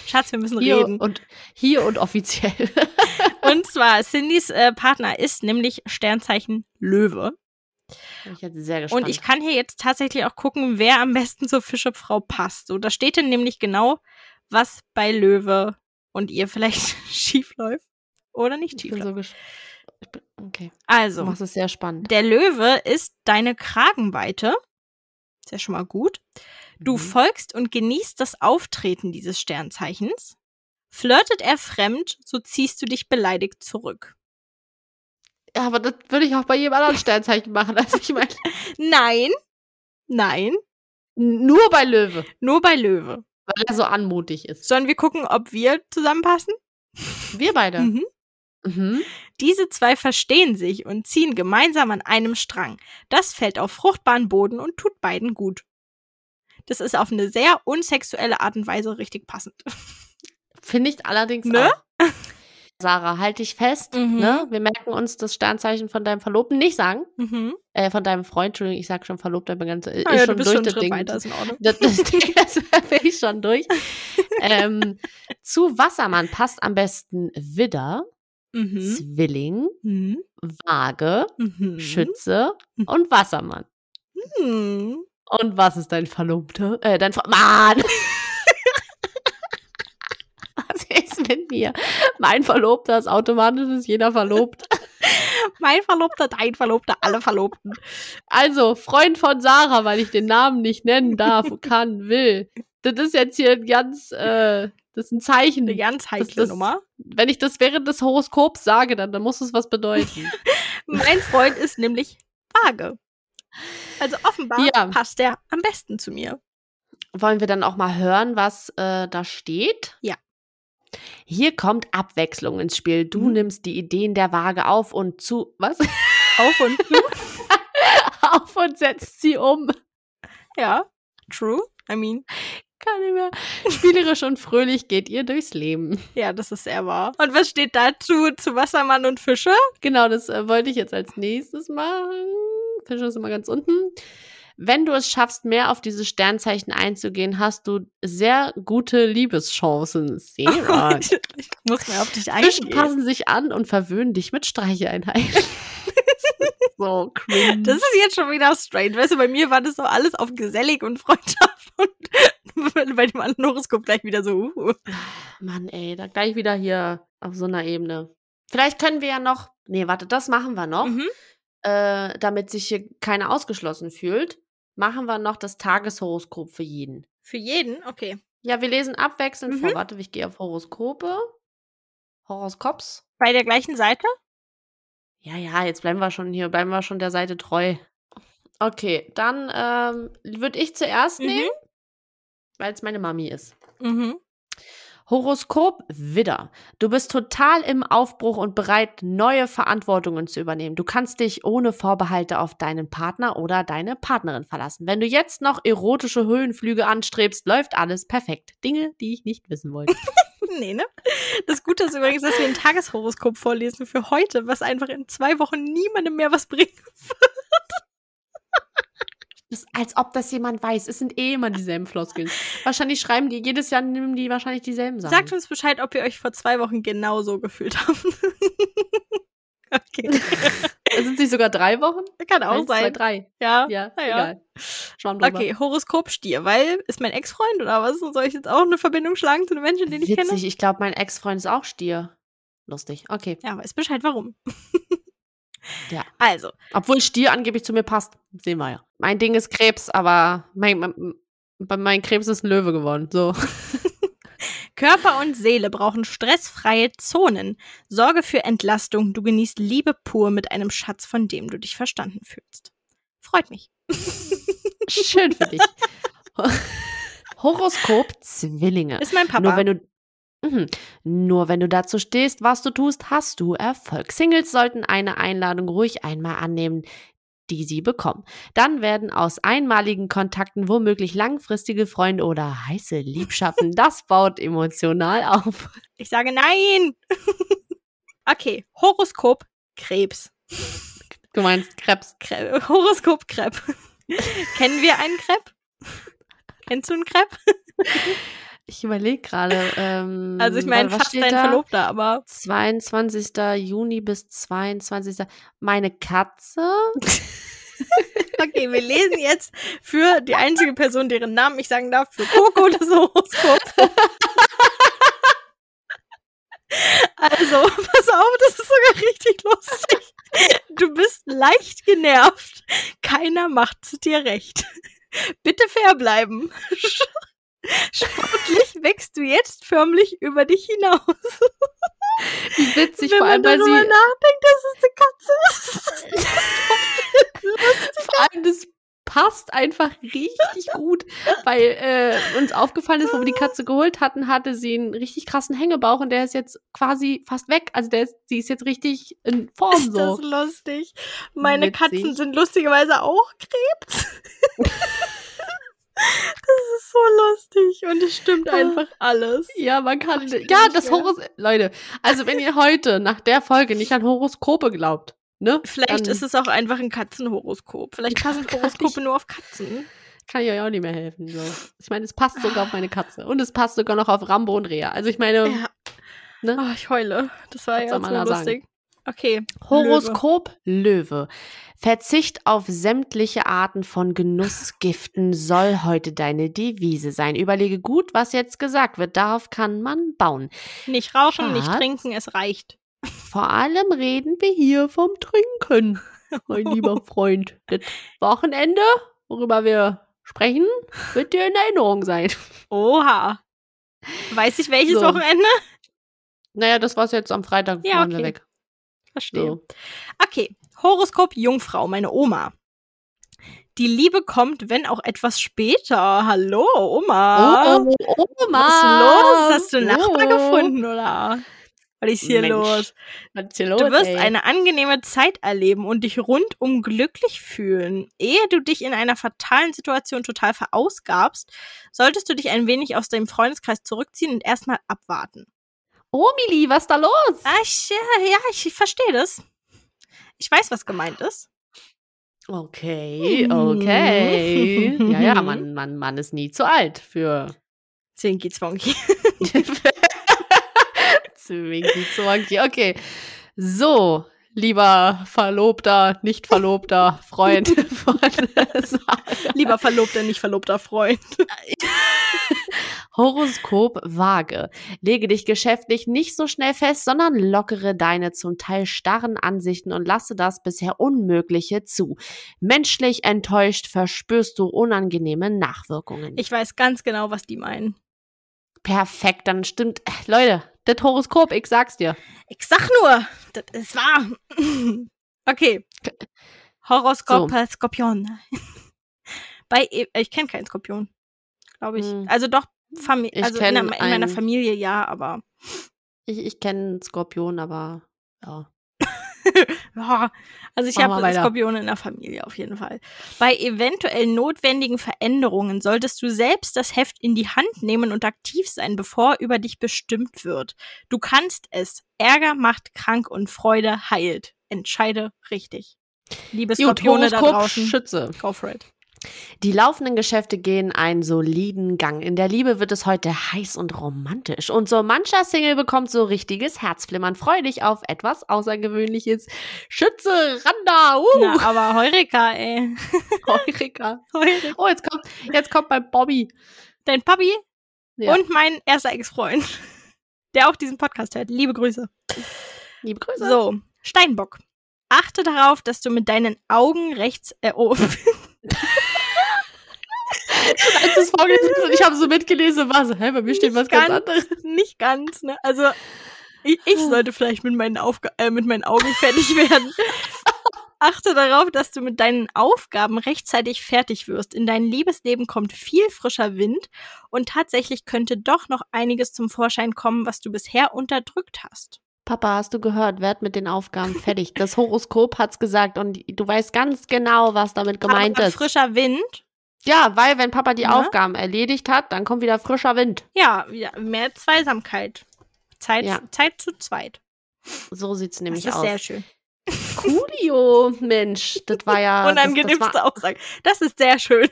Speaker 1: Schatz, wir müssen
Speaker 2: hier
Speaker 1: reden.
Speaker 2: Und hier und offiziell.
Speaker 1: und zwar, Cindys äh, Partner ist nämlich Sternzeichen Löwe.
Speaker 2: Bin ich jetzt sehr gespannt.
Speaker 1: Und ich kann hier jetzt tatsächlich auch gucken, wer am besten zur Fischefrau passt. So, da steht denn nämlich genau, was bei Löwe und ihr vielleicht schief läuft oder nicht schief läuft. So
Speaker 2: okay.
Speaker 1: Also,
Speaker 2: das ist sehr spannend.
Speaker 1: Der Löwe ist deine Kragenweite. Ist ja schon mal gut. Du mhm. folgst und genießt das Auftreten dieses Sternzeichens. Flirtet er fremd, so ziehst du dich beleidigt zurück.
Speaker 2: Ja, aber das würde ich auch bei jedem anderen Sternzeichen machen. Also ich meine.
Speaker 1: Nein. Nein.
Speaker 2: Nur bei Löwe.
Speaker 1: Nur bei Löwe.
Speaker 2: Weil er so anmutig ist.
Speaker 1: Sollen wir gucken, ob wir zusammenpassen?
Speaker 2: Wir beide.
Speaker 1: Mhm.
Speaker 2: Mhm.
Speaker 1: Diese zwei verstehen sich und ziehen gemeinsam an einem Strang. Das fällt auf fruchtbaren Boden und tut beiden gut. Das ist auf eine sehr unsexuelle Art und Weise richtig passend.
Speaker 2: Finde ich allerdings
Speaker 1: ne?
Speaker 2: auch. Sarah, halte dich fest. Mhm. Ne? Wir merken uns das Sternzeichen von deinem Verlobten nicht sagen.
Speaker 1: Mhm.
Speaker 2: Äh, von deinem Freund, Entschuldigung, ich sag schon Verlobter, äh, bin ganz,
Speaker 1: ist ah, ja, schon durch schon das Ding. Weiter, ist in Ordnung.
Speaker 2: Das, das Ding, das bin ich schon durch. ähm, zu Wassermann passt am besten Widder.
Speaker 1: Mhm.
Speaker 2: Zwilling,
Speaker 1: Mhm.
Speaker 2: Waage,
Speaker 1: Mhm.
Speaker 2: Schütze und Wassermann.
Speaker 1: Mhm.
Speaker 2: Und was ist dein Verlobter? Äh, dein Ver Mann! was ist mit mir? Mein Verlobter ist automatisch, ist jeder verlobt.
Speaker 1: Mein Verlobter, dein Verlobter, alle Verlobten.
Speaker 2: Also, Freund von Sarah, weil ich den Namen nicht nennen darf, kann, will. Das ist jetzt hier ein ganz, äh, das ist ein Zeichen.
Speaker 1: Eine ganz heikle
Speaker 2: das-
Speaker 1: Nummer.
Speaker 2: Wenn ich das während des Horoskops sage, dann, dann muss es was bedeuten.
Speaker 1: Mein Freund ist nämlich vage. Also offenbar
Speaker 2: Ja.
Speaker 1: passt der am besten zu mir.
Speaker 2: Wollen wir dann auch mal hören, was äh, da steht?
Speaker 1: Ja.
Speaker 2: Hier kommt Abwechslung ins Spiel. Du
Speaker 1: Mhm.
Speaker 2: nimmst die Ideen der Waage auf und zu. Was?
Speaker 1: Auf und
Speaker 2: auf und setzt sie um.
Speaker 1: ja, true. I mean,
Speaker 2: Kann nicht mehr. Spielerisch und fröhlich geht ihr durchs Leben.
Speaker 1: ja, das ist sehr wahr. Und was steht dazu zu Wassermann und Fische?
Speaker 2: Genau, das äh, wollte ich jetzt als nächstes machen. Fische ist immer ganz unten. Wenn du es schaffst, mehr auf diese Sternzeichen einzugehen, hast du sehr gute Liebeschancen. Sarah.
Speaker 1: Oh, ich ich muss mir auf dich
Speaker 2: Fische
Speaker 1: eingehen.
Speaker 2: passen sich an und verwöhnen dich mit Streicheinheiten. so cringe.
Speaker 1: Das ist jetzt schon wieder strange. Weißt du, bei mir war das so alles auf gesellig und Freundschaft und bei dem anderen Horoskop gleich wieder so. Uh.
Speaker 2: Mann, ey, da gleich wieder hier auf so einer Ebene. Vielleicht können wir ja noch. Nee, warte, das machen wir noch.
Speaker 1: Mhm.
Speaker 2: Äh, damit sich hier keiner ausgeschlossen fühlt, machen wir noch das Tageshoroskop für jeden.
Speaker 1: Für jeden? Okay.
Speaker 2: Ja, wir lesen abwechselnd
Speaker 1: Mhm.
Speaker 2: vor. Warte, ich gehe auf Horoskope. Horoskops.
Speaker 1: Bei der gleichen Seite?
Speaker 2: Ja, ja, jetzt bleiben wir schon hier, bleiben wir schon der Seite treu. Okay, dann ähm, würde ich zuerst
Speaker 1: Mhm.
Speaker 2: nehmen, weil es meine Mami ist.
Speaker 1: Mhm.
Speaker 2: Horoskop Widder. Du bist total im Aufbruch und bereit, neue Verantwortungen zu übernehmen. Du kannst dich ohne Vorbehalte auf deinen Partner oder deine Partnerin verlassen. Wenn du jetzt noch erotische Höhenflüge anstrebst, läuft alles perfekt. Dinge, die ich nicht wissen wollte.
Speaker 1: Nee, ne? Das Gute ist übrigens, dass wir ein Tageshoroskop vorlesen für heute, was einfach in zwei Wochen niemandem mehr was bringt.
Speaker 2: Das, als ob das jemand weiß. Es sind eh immer dieselben Floskeln. Wahrscheinlich schreiben die jedes Jahr, nehmen die wahrscheinlich dieselben Sachen.
Speaker 1: Sagt uns Bescheid, ob ihr euch vor zwei Wochen genauso gefühlt habt. okay.
Speaker 2: Es sind nicht sogar drei Wochen?
Speaker 1: Kann auch
Speaker 2: Eins, Zwei,
Speaker 1: sein.
Speaker 2: drei.
Speaker 1: ja.
Speaker 2: Ja,
Speaker 1: Ja, ja.
Speaker 2: egal. Schwamm drüber.
Speaker 1: Okay, Horoskop Stier, weil ist mein Ex-Freund oder was? Soll ich jetzt auch eine Verbindung schlagen zu einem Menschen, den ich kenne?
Speaker 2: Witzig, ich glaube, mein Ex-Freund ist auch Stier. Lustig. Okay.
Speaker 1: Ja, weiß Bescheid, warum.
Speaker 2: Ja.
Speaker 1: Also,
Speaker 2: Obwohl Stier angeblich zu mir passt. Sehen wir ja. Mein Ding ist Krebs, aber mein, mein, mein Krebs ist ein Löwe geworden. So.
Speaker 1: Körper und Seele brauchen stressfreie Zonen. Sorge für Entlastung. Du genießt Liebe pur mit einem Schatz, von dem du dich verstanden fühlst. Freut mich.
Speaker 2: Schön für dich. Horoskop Zwillinge.
Speaker 1: Ist mein Papa.
Speaker 2: Nur wenn du Mhm. nur wenn du dazu stehst, was du tust, hast du Erfolg. Singles sollten eine Einladung ruhig einmal annehmen, die sie bekommen. Dann werden aus einmaligen Kontakten womöglich langfristige Freunde oder heiße Liebschaften. Das baut emotional auf.
Speaker 1: ich sage nein. okay, Horoskop Krebs.
Speaker 2: Du meinst Krebs.
Speaker 1: Kre Horoskop Krebs. Kennen wir einen Krebs? Kennst du einen Krebs?
Speaker 2: Ich überlege gerade. Ähm,
Speaker 1: Also ich meine
Speaker 2: warte, was
Speaker 1: fast
Speaker 2: steht
Speaker 1: dein
Speaker 2: da?
Speaker 1: Verlobter, aber
Speaker 2: 22. Juni bis 22. Meine Katze.
Speaker 1: okay, wir lesen jetzt für die einzige Person, deren Namen ich sagen darf, für Coco das Horoskop. Also, pass auf, das ist sogar richtig lustig. Du bist leicht genervt. Keiner macht zu dir recht. Bitte fair bleiben. Sch- Sportlich wächst du jetzt förmlich über dich hinaus.
Speaker 2: Wie witzig,
Speaker 1: Wenn
Speaker 2: vor allem,
Speaker 1: man
Speaker 2: weil
Speaker 1: darüber
Speaker 2: sie
Speaker 1: nachdenkt, dass es eine Katze ist.
Speaker 2: Vor allem, das passt einfach richtig gut, weil äh, uns aufgefallen ist, wo wir die Katze geholt hatten, hatte sie einen richtig krassen Hängebauch und der ist jetzt quasi fast weg. Also der ist, sie ist jetzt richtig in Form
Speaker 1: Ist das
Speaker 2: so.
Speaker 1: lustig? Meine
Speaker 2: Witzig.
Speaker 1: Katzen sind lustigerweise auch Krebs. das ist so lustig und es stimmt einfach alles.
Speaker 2: Ja, man kann.
Speaker 1: ich bin
Speaker 2: Ja,
Speaker 1: nicht
Speaker 2: das
Speaker 1: mehr.
Speaker 2: Horos. Leute, also wenn ihr heute nach der Folge nicht an Horoskope glaubt, ne?
Speaker 1: Vielleicht
Speaker 2: dann
Speaker 1: ist es auch einfach ein Katzenhoroskop. Vielleicht passen
Speaker 2: Kann
Speaker 1: Horoskope
Speaker 2: ich-
Speaker 1: nur auf Katzen.
Speaker 2: kann ich euch auch nicht mehr helfen.
Speaker 1: Ähm,
Speaker 2: So. Ich meine, es passt sogar auf meine Katze. Und es passt sogar noch auf Rambo und Rea. Also ich meine,
Speaker 1: Ja.
Speaker 2: Ne?
Speaker 1: Oh, ich heule. Das war
Speaker 2: Was soll
Speaker 1: ja
Speaker 2: man
Speaker 1: so
Speaker 2: da sagen?
Speaker 1: lustig. Okay.
Speaker 2: Horoskop Löwe. Verzicht auf sämtliche Arten von Genussgiften soll heute deine Devise sein. Überlege gut, was jetzt gesagt wird. Darauf kann man bauen.
Speaker 1: Löwe. Nicht rauchen, nicht
Speaker 2: Schatz.
Speaker 1: trinken, es reicht.
Speaker 2: Vor allem reden wir hier vom Trinken, mein lieber Freund. Das Wochenende, worüber wir sprechen, wird dir in Erinnerung sein.
Speaker 1: Oha. Weiß ich welches
Speaker 2: So.
Speaker 1: Wochenende?
Speaker 2: Naja, das war's jetzt am Freitag.
Speaker 1: Ja,
Speaker 2: waren wir
Speaker 1: okay.
Speaker 2: weg.
Speaker 1: Verstehe.
Speaker 2: So.
Speaker 1: Okay, Horoskop Jungfrau, meine Oma. Die Liebe kommt, wenn auch etwas später. Hallo, Oma.
Speaker 2: Oh, oh, oh, Oma.
Speaker 1: Was ist los? Hast du einen Nachbar
Speaker 2: Oh.
Speaker 1: gefunden, oder? Was ist hier
Speaker 2: Mensch,
Speaker 1: los?
Speaker 2: Was ist hier los?
Speaker 1: Du wirst
Speaker 2: ey?
Speaker 1: eine angenehme Zeit erleben und dich rundum glücklich fühlen. Ehe du dich in einer fatalen Situation total verausgabst, solltest du dich ein wenig aus dem Freundeskreis zurückziehen und erstmal abwarten.
Speaker 2: Oh, Mili, was ist da los?
Speaker 1: Ah, ich, ja, ja, ich verstehe das. Ich weiß, was gemeint ist.
Speaker 2: Okay,
Speaker 1: Mhm.
Speaker 2: okay. ja, ja, man, man, man ist nie zu alt für
Speaker 1: Zinki Zwonki.
Speaker 2: Zwinki Zwanki. Okay. So, lieber Verlobter, nicht Verlobter, Freund von Sarah.
Speaker 1: Lieber Verlobter, nicht verlobter Freund.
Speaker 2: Horoskop Waage. Lege dich geschäftlich nicht so schnell fest, sondern lockere deine zum Teil starren Ansichten und lasse das bisher Unmögliche zu. Menschlich enttäuscht verspürst du unangenehme Nachwirkungen.
Speaker 1: Ich weiß ganz genau, was die meinen.
Speaker 2: Perfekt, dann stimmt. äh, Leute, das Horoskop, ich sag's dir.
Speaker 1: Ich sag nur, das ist wahr. Okay. Horoskop
Speaker 2: So.
Speaker 1: äh, Skorpion. Bei, E- ich kenne keinen Skorpion, glaube ich.
Speaker 2: Hm.
Speaker 1: Also doch, Fami
Speaker 2: Ich
Speaker 1: also in,
Speaker 2: kenn
Speaker 1: der, in meiner
Speaker 2: einen.
Speaker 1: Familie ja, aber
Speaker 2: Ich, ich kenne Skorpion, aber ja.
Speaker 1: ja. also ich
Speaker 2: Machen wir
Speaker 1: habe
Speaker 2: weiter.
Speaker 1: Skorpion in der Familie auf jeden Fall. Bei eventuell notwendigen Veränderungen solltest du selbst das Heft in die Hand nehmen und aktiv sein, bevor über dich bestimmt wird. Du kannst es. Ärger macht krank und Freude heilt. Entscheide richtig. Liebe
Speaker 2: Gut,
Speaker 1: Skorpione da
Speaker 2: Horoskop
Speaker 1: draußen.
Speaker 2: Schütze.
Speaker 1: Go for it.
Speaker 2: Die laufenden Geschäfte gehen einen soliden Gang. In der Liebe wird es heute heiß und romantisch. Und so mancher Single bekommt so richtiges Herzflimmern. Freu dich auf etwas Außergewöhnliches. Schütze, Randa,
Speaker 1: Na,
Speaker 2: uh,
Speaker 1: aber Heureka, ey.
Speaker 2: Eureka.
Speaker 1: Heureka.
Speaker 2: Oh, jetzt kommt, jetzt kommt mein Bobby.
Speaker 1: Dein Papi
Speaker 2: Ja.
Speaker 1: und mein erster Ex-Freund, der auch diesen Podcast hört. Liebe Grüße.
Speaker 2: Liebe Grüße.
Speaker 1: So, Steinbock. Achte darauf, dass du mit deinen Augen rechts. Äh, oh.
Speaker 2: als du es vorgelesen hast und ich habe so mitgelesen, war so, hä, bei mir steht was ganz anderes.
Speaker 1: Nicht ganz, ne? Also, ich, ich sollte vielleicht mit meinen, Aufga äh, mit meinen Augen fertig werden. Achte darauf, dass du mit deinen Aufgaben rechtzeitig fertig wirst. In dein Liebesleben kommt viel frischer Wind und tatsächlich könnte doch noch einiges zum Vorschein kommen, was du bisher unterdrückt hast.
Speaker 2: Papa, hast du gehört? Werd mit den Aufgaben fertig. Das Horoskop hat's gesagt und du weißt ganz genau, was damit gemeint
Speaker 1: Aber
Speaker 2: ist.
Speaker 1: frischer Wind,
Speaker 2: Ja, weil wenn Papa die
Speaker 1: Ja.
Speaker 2: Aufgaben erledigt hat, dann kommt wieder frischer Wind.
Speaker 1: ja, ja mehr Zweisamkeit. Zeit,
Speaker 2: Ja.
Speaker 1: Zeit zu zweit.
Speaker 2: So sieht's nämlich
Speaker 1: das ist
Speaker 2: aus.
Speaker 1: sehr schön.
Speaker 2: Coolio, Mensch, das war ja
Speaker 1: Unangenehmste
Speaker 2: Das, das, war,
Speaker 1: Aussage. Das ist sehr schön.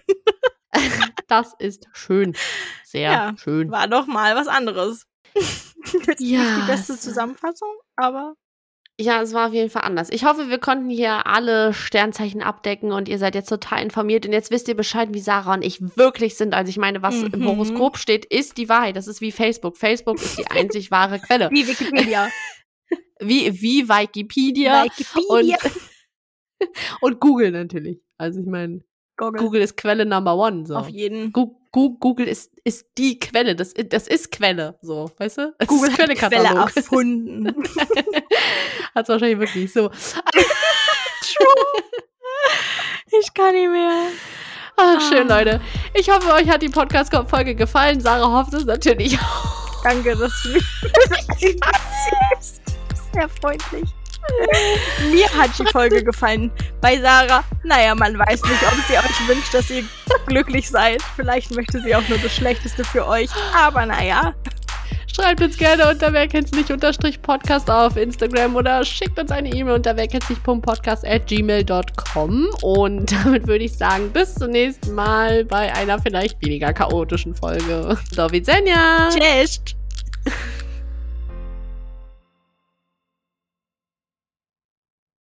Speaker 2: das ist schön, sehr
Speaker 1: Ja.
Speaker 2: schön.
Speaker 1: War doch mal was anderes. Jetzt
Speaker 2: Ja,
Speaker 1: nicht die beste
Speaker 2: es-
Speaker 1: Zusammenfassung, aber
Speaker 2: Ja, es war auf jeden Fall anders. Ich hoffe, wir konnten hier alle Sternzeichen abdecken und ihr seid jetzt total informiert und jetzt wisst ihr Bescheid, wie Sarah und ich wirklich sind. Also ich meine, was
Speaker 1: Mhm.
Speaker 2: im Horoskop steht, ist die Wahrheit. Das ist wie Facebook. Facebook ist die einzig wahre Quelle.
Speaker 1: wie Wikipedia.
Speaker 2: Wie, wie Wikipedia
Speaker 1: Wikipedia.
Speaker 2: und Google natürlich. Also ich meine,
Speaker 1: Google.
Speaker 2: Google ist Quelle Number One. So.
Speaker 1: Auf jeden.
Speaker 2: Gu- Gu- Google ist, ist die Quelle. Das, i- das ist Quelle. So, weißt du? Das
Speaker 1: Google
Speaker 2: ist
Speaker 1: hat die Quelle
Speaker 2: Quellekatalog.
Speaker 1: erfunden.
Speaker 2: Hat's wahrscheinlich wirklich so.
Speaker 1: ich kann nicht mehr.
Speaker 2: Ach, schön,
Speaker 1: Ah.
Speaker 2: Leute. Ich hoffe, euch hat die Podcast-Folge gefallen. Sarah hofft es natürlich auch.
Speaker 1: Danke, dass du mich sehr freundlich. Mir hat die Folge gefallen. Bei Sarah, naja, man weiß nicht, ob sie euch wünscht, dass ihr glücklich seid. Vielleicht möchte sie auch nur das Schlechteste für euch. Aber naja,
Speaker 2: Schreibt uns gerne unter wer kennt's nicht unterstrich Podcast auf Instagram oder schickt uns eine E-Mail unter wer kennt's nicht Podcast at gmail.com. Und damit würde ich sagen, bis zum nächsten Mal bei einer vielleicht weniger chaotischen Folge. Dovidzenja!
Speaker 1: tschüss.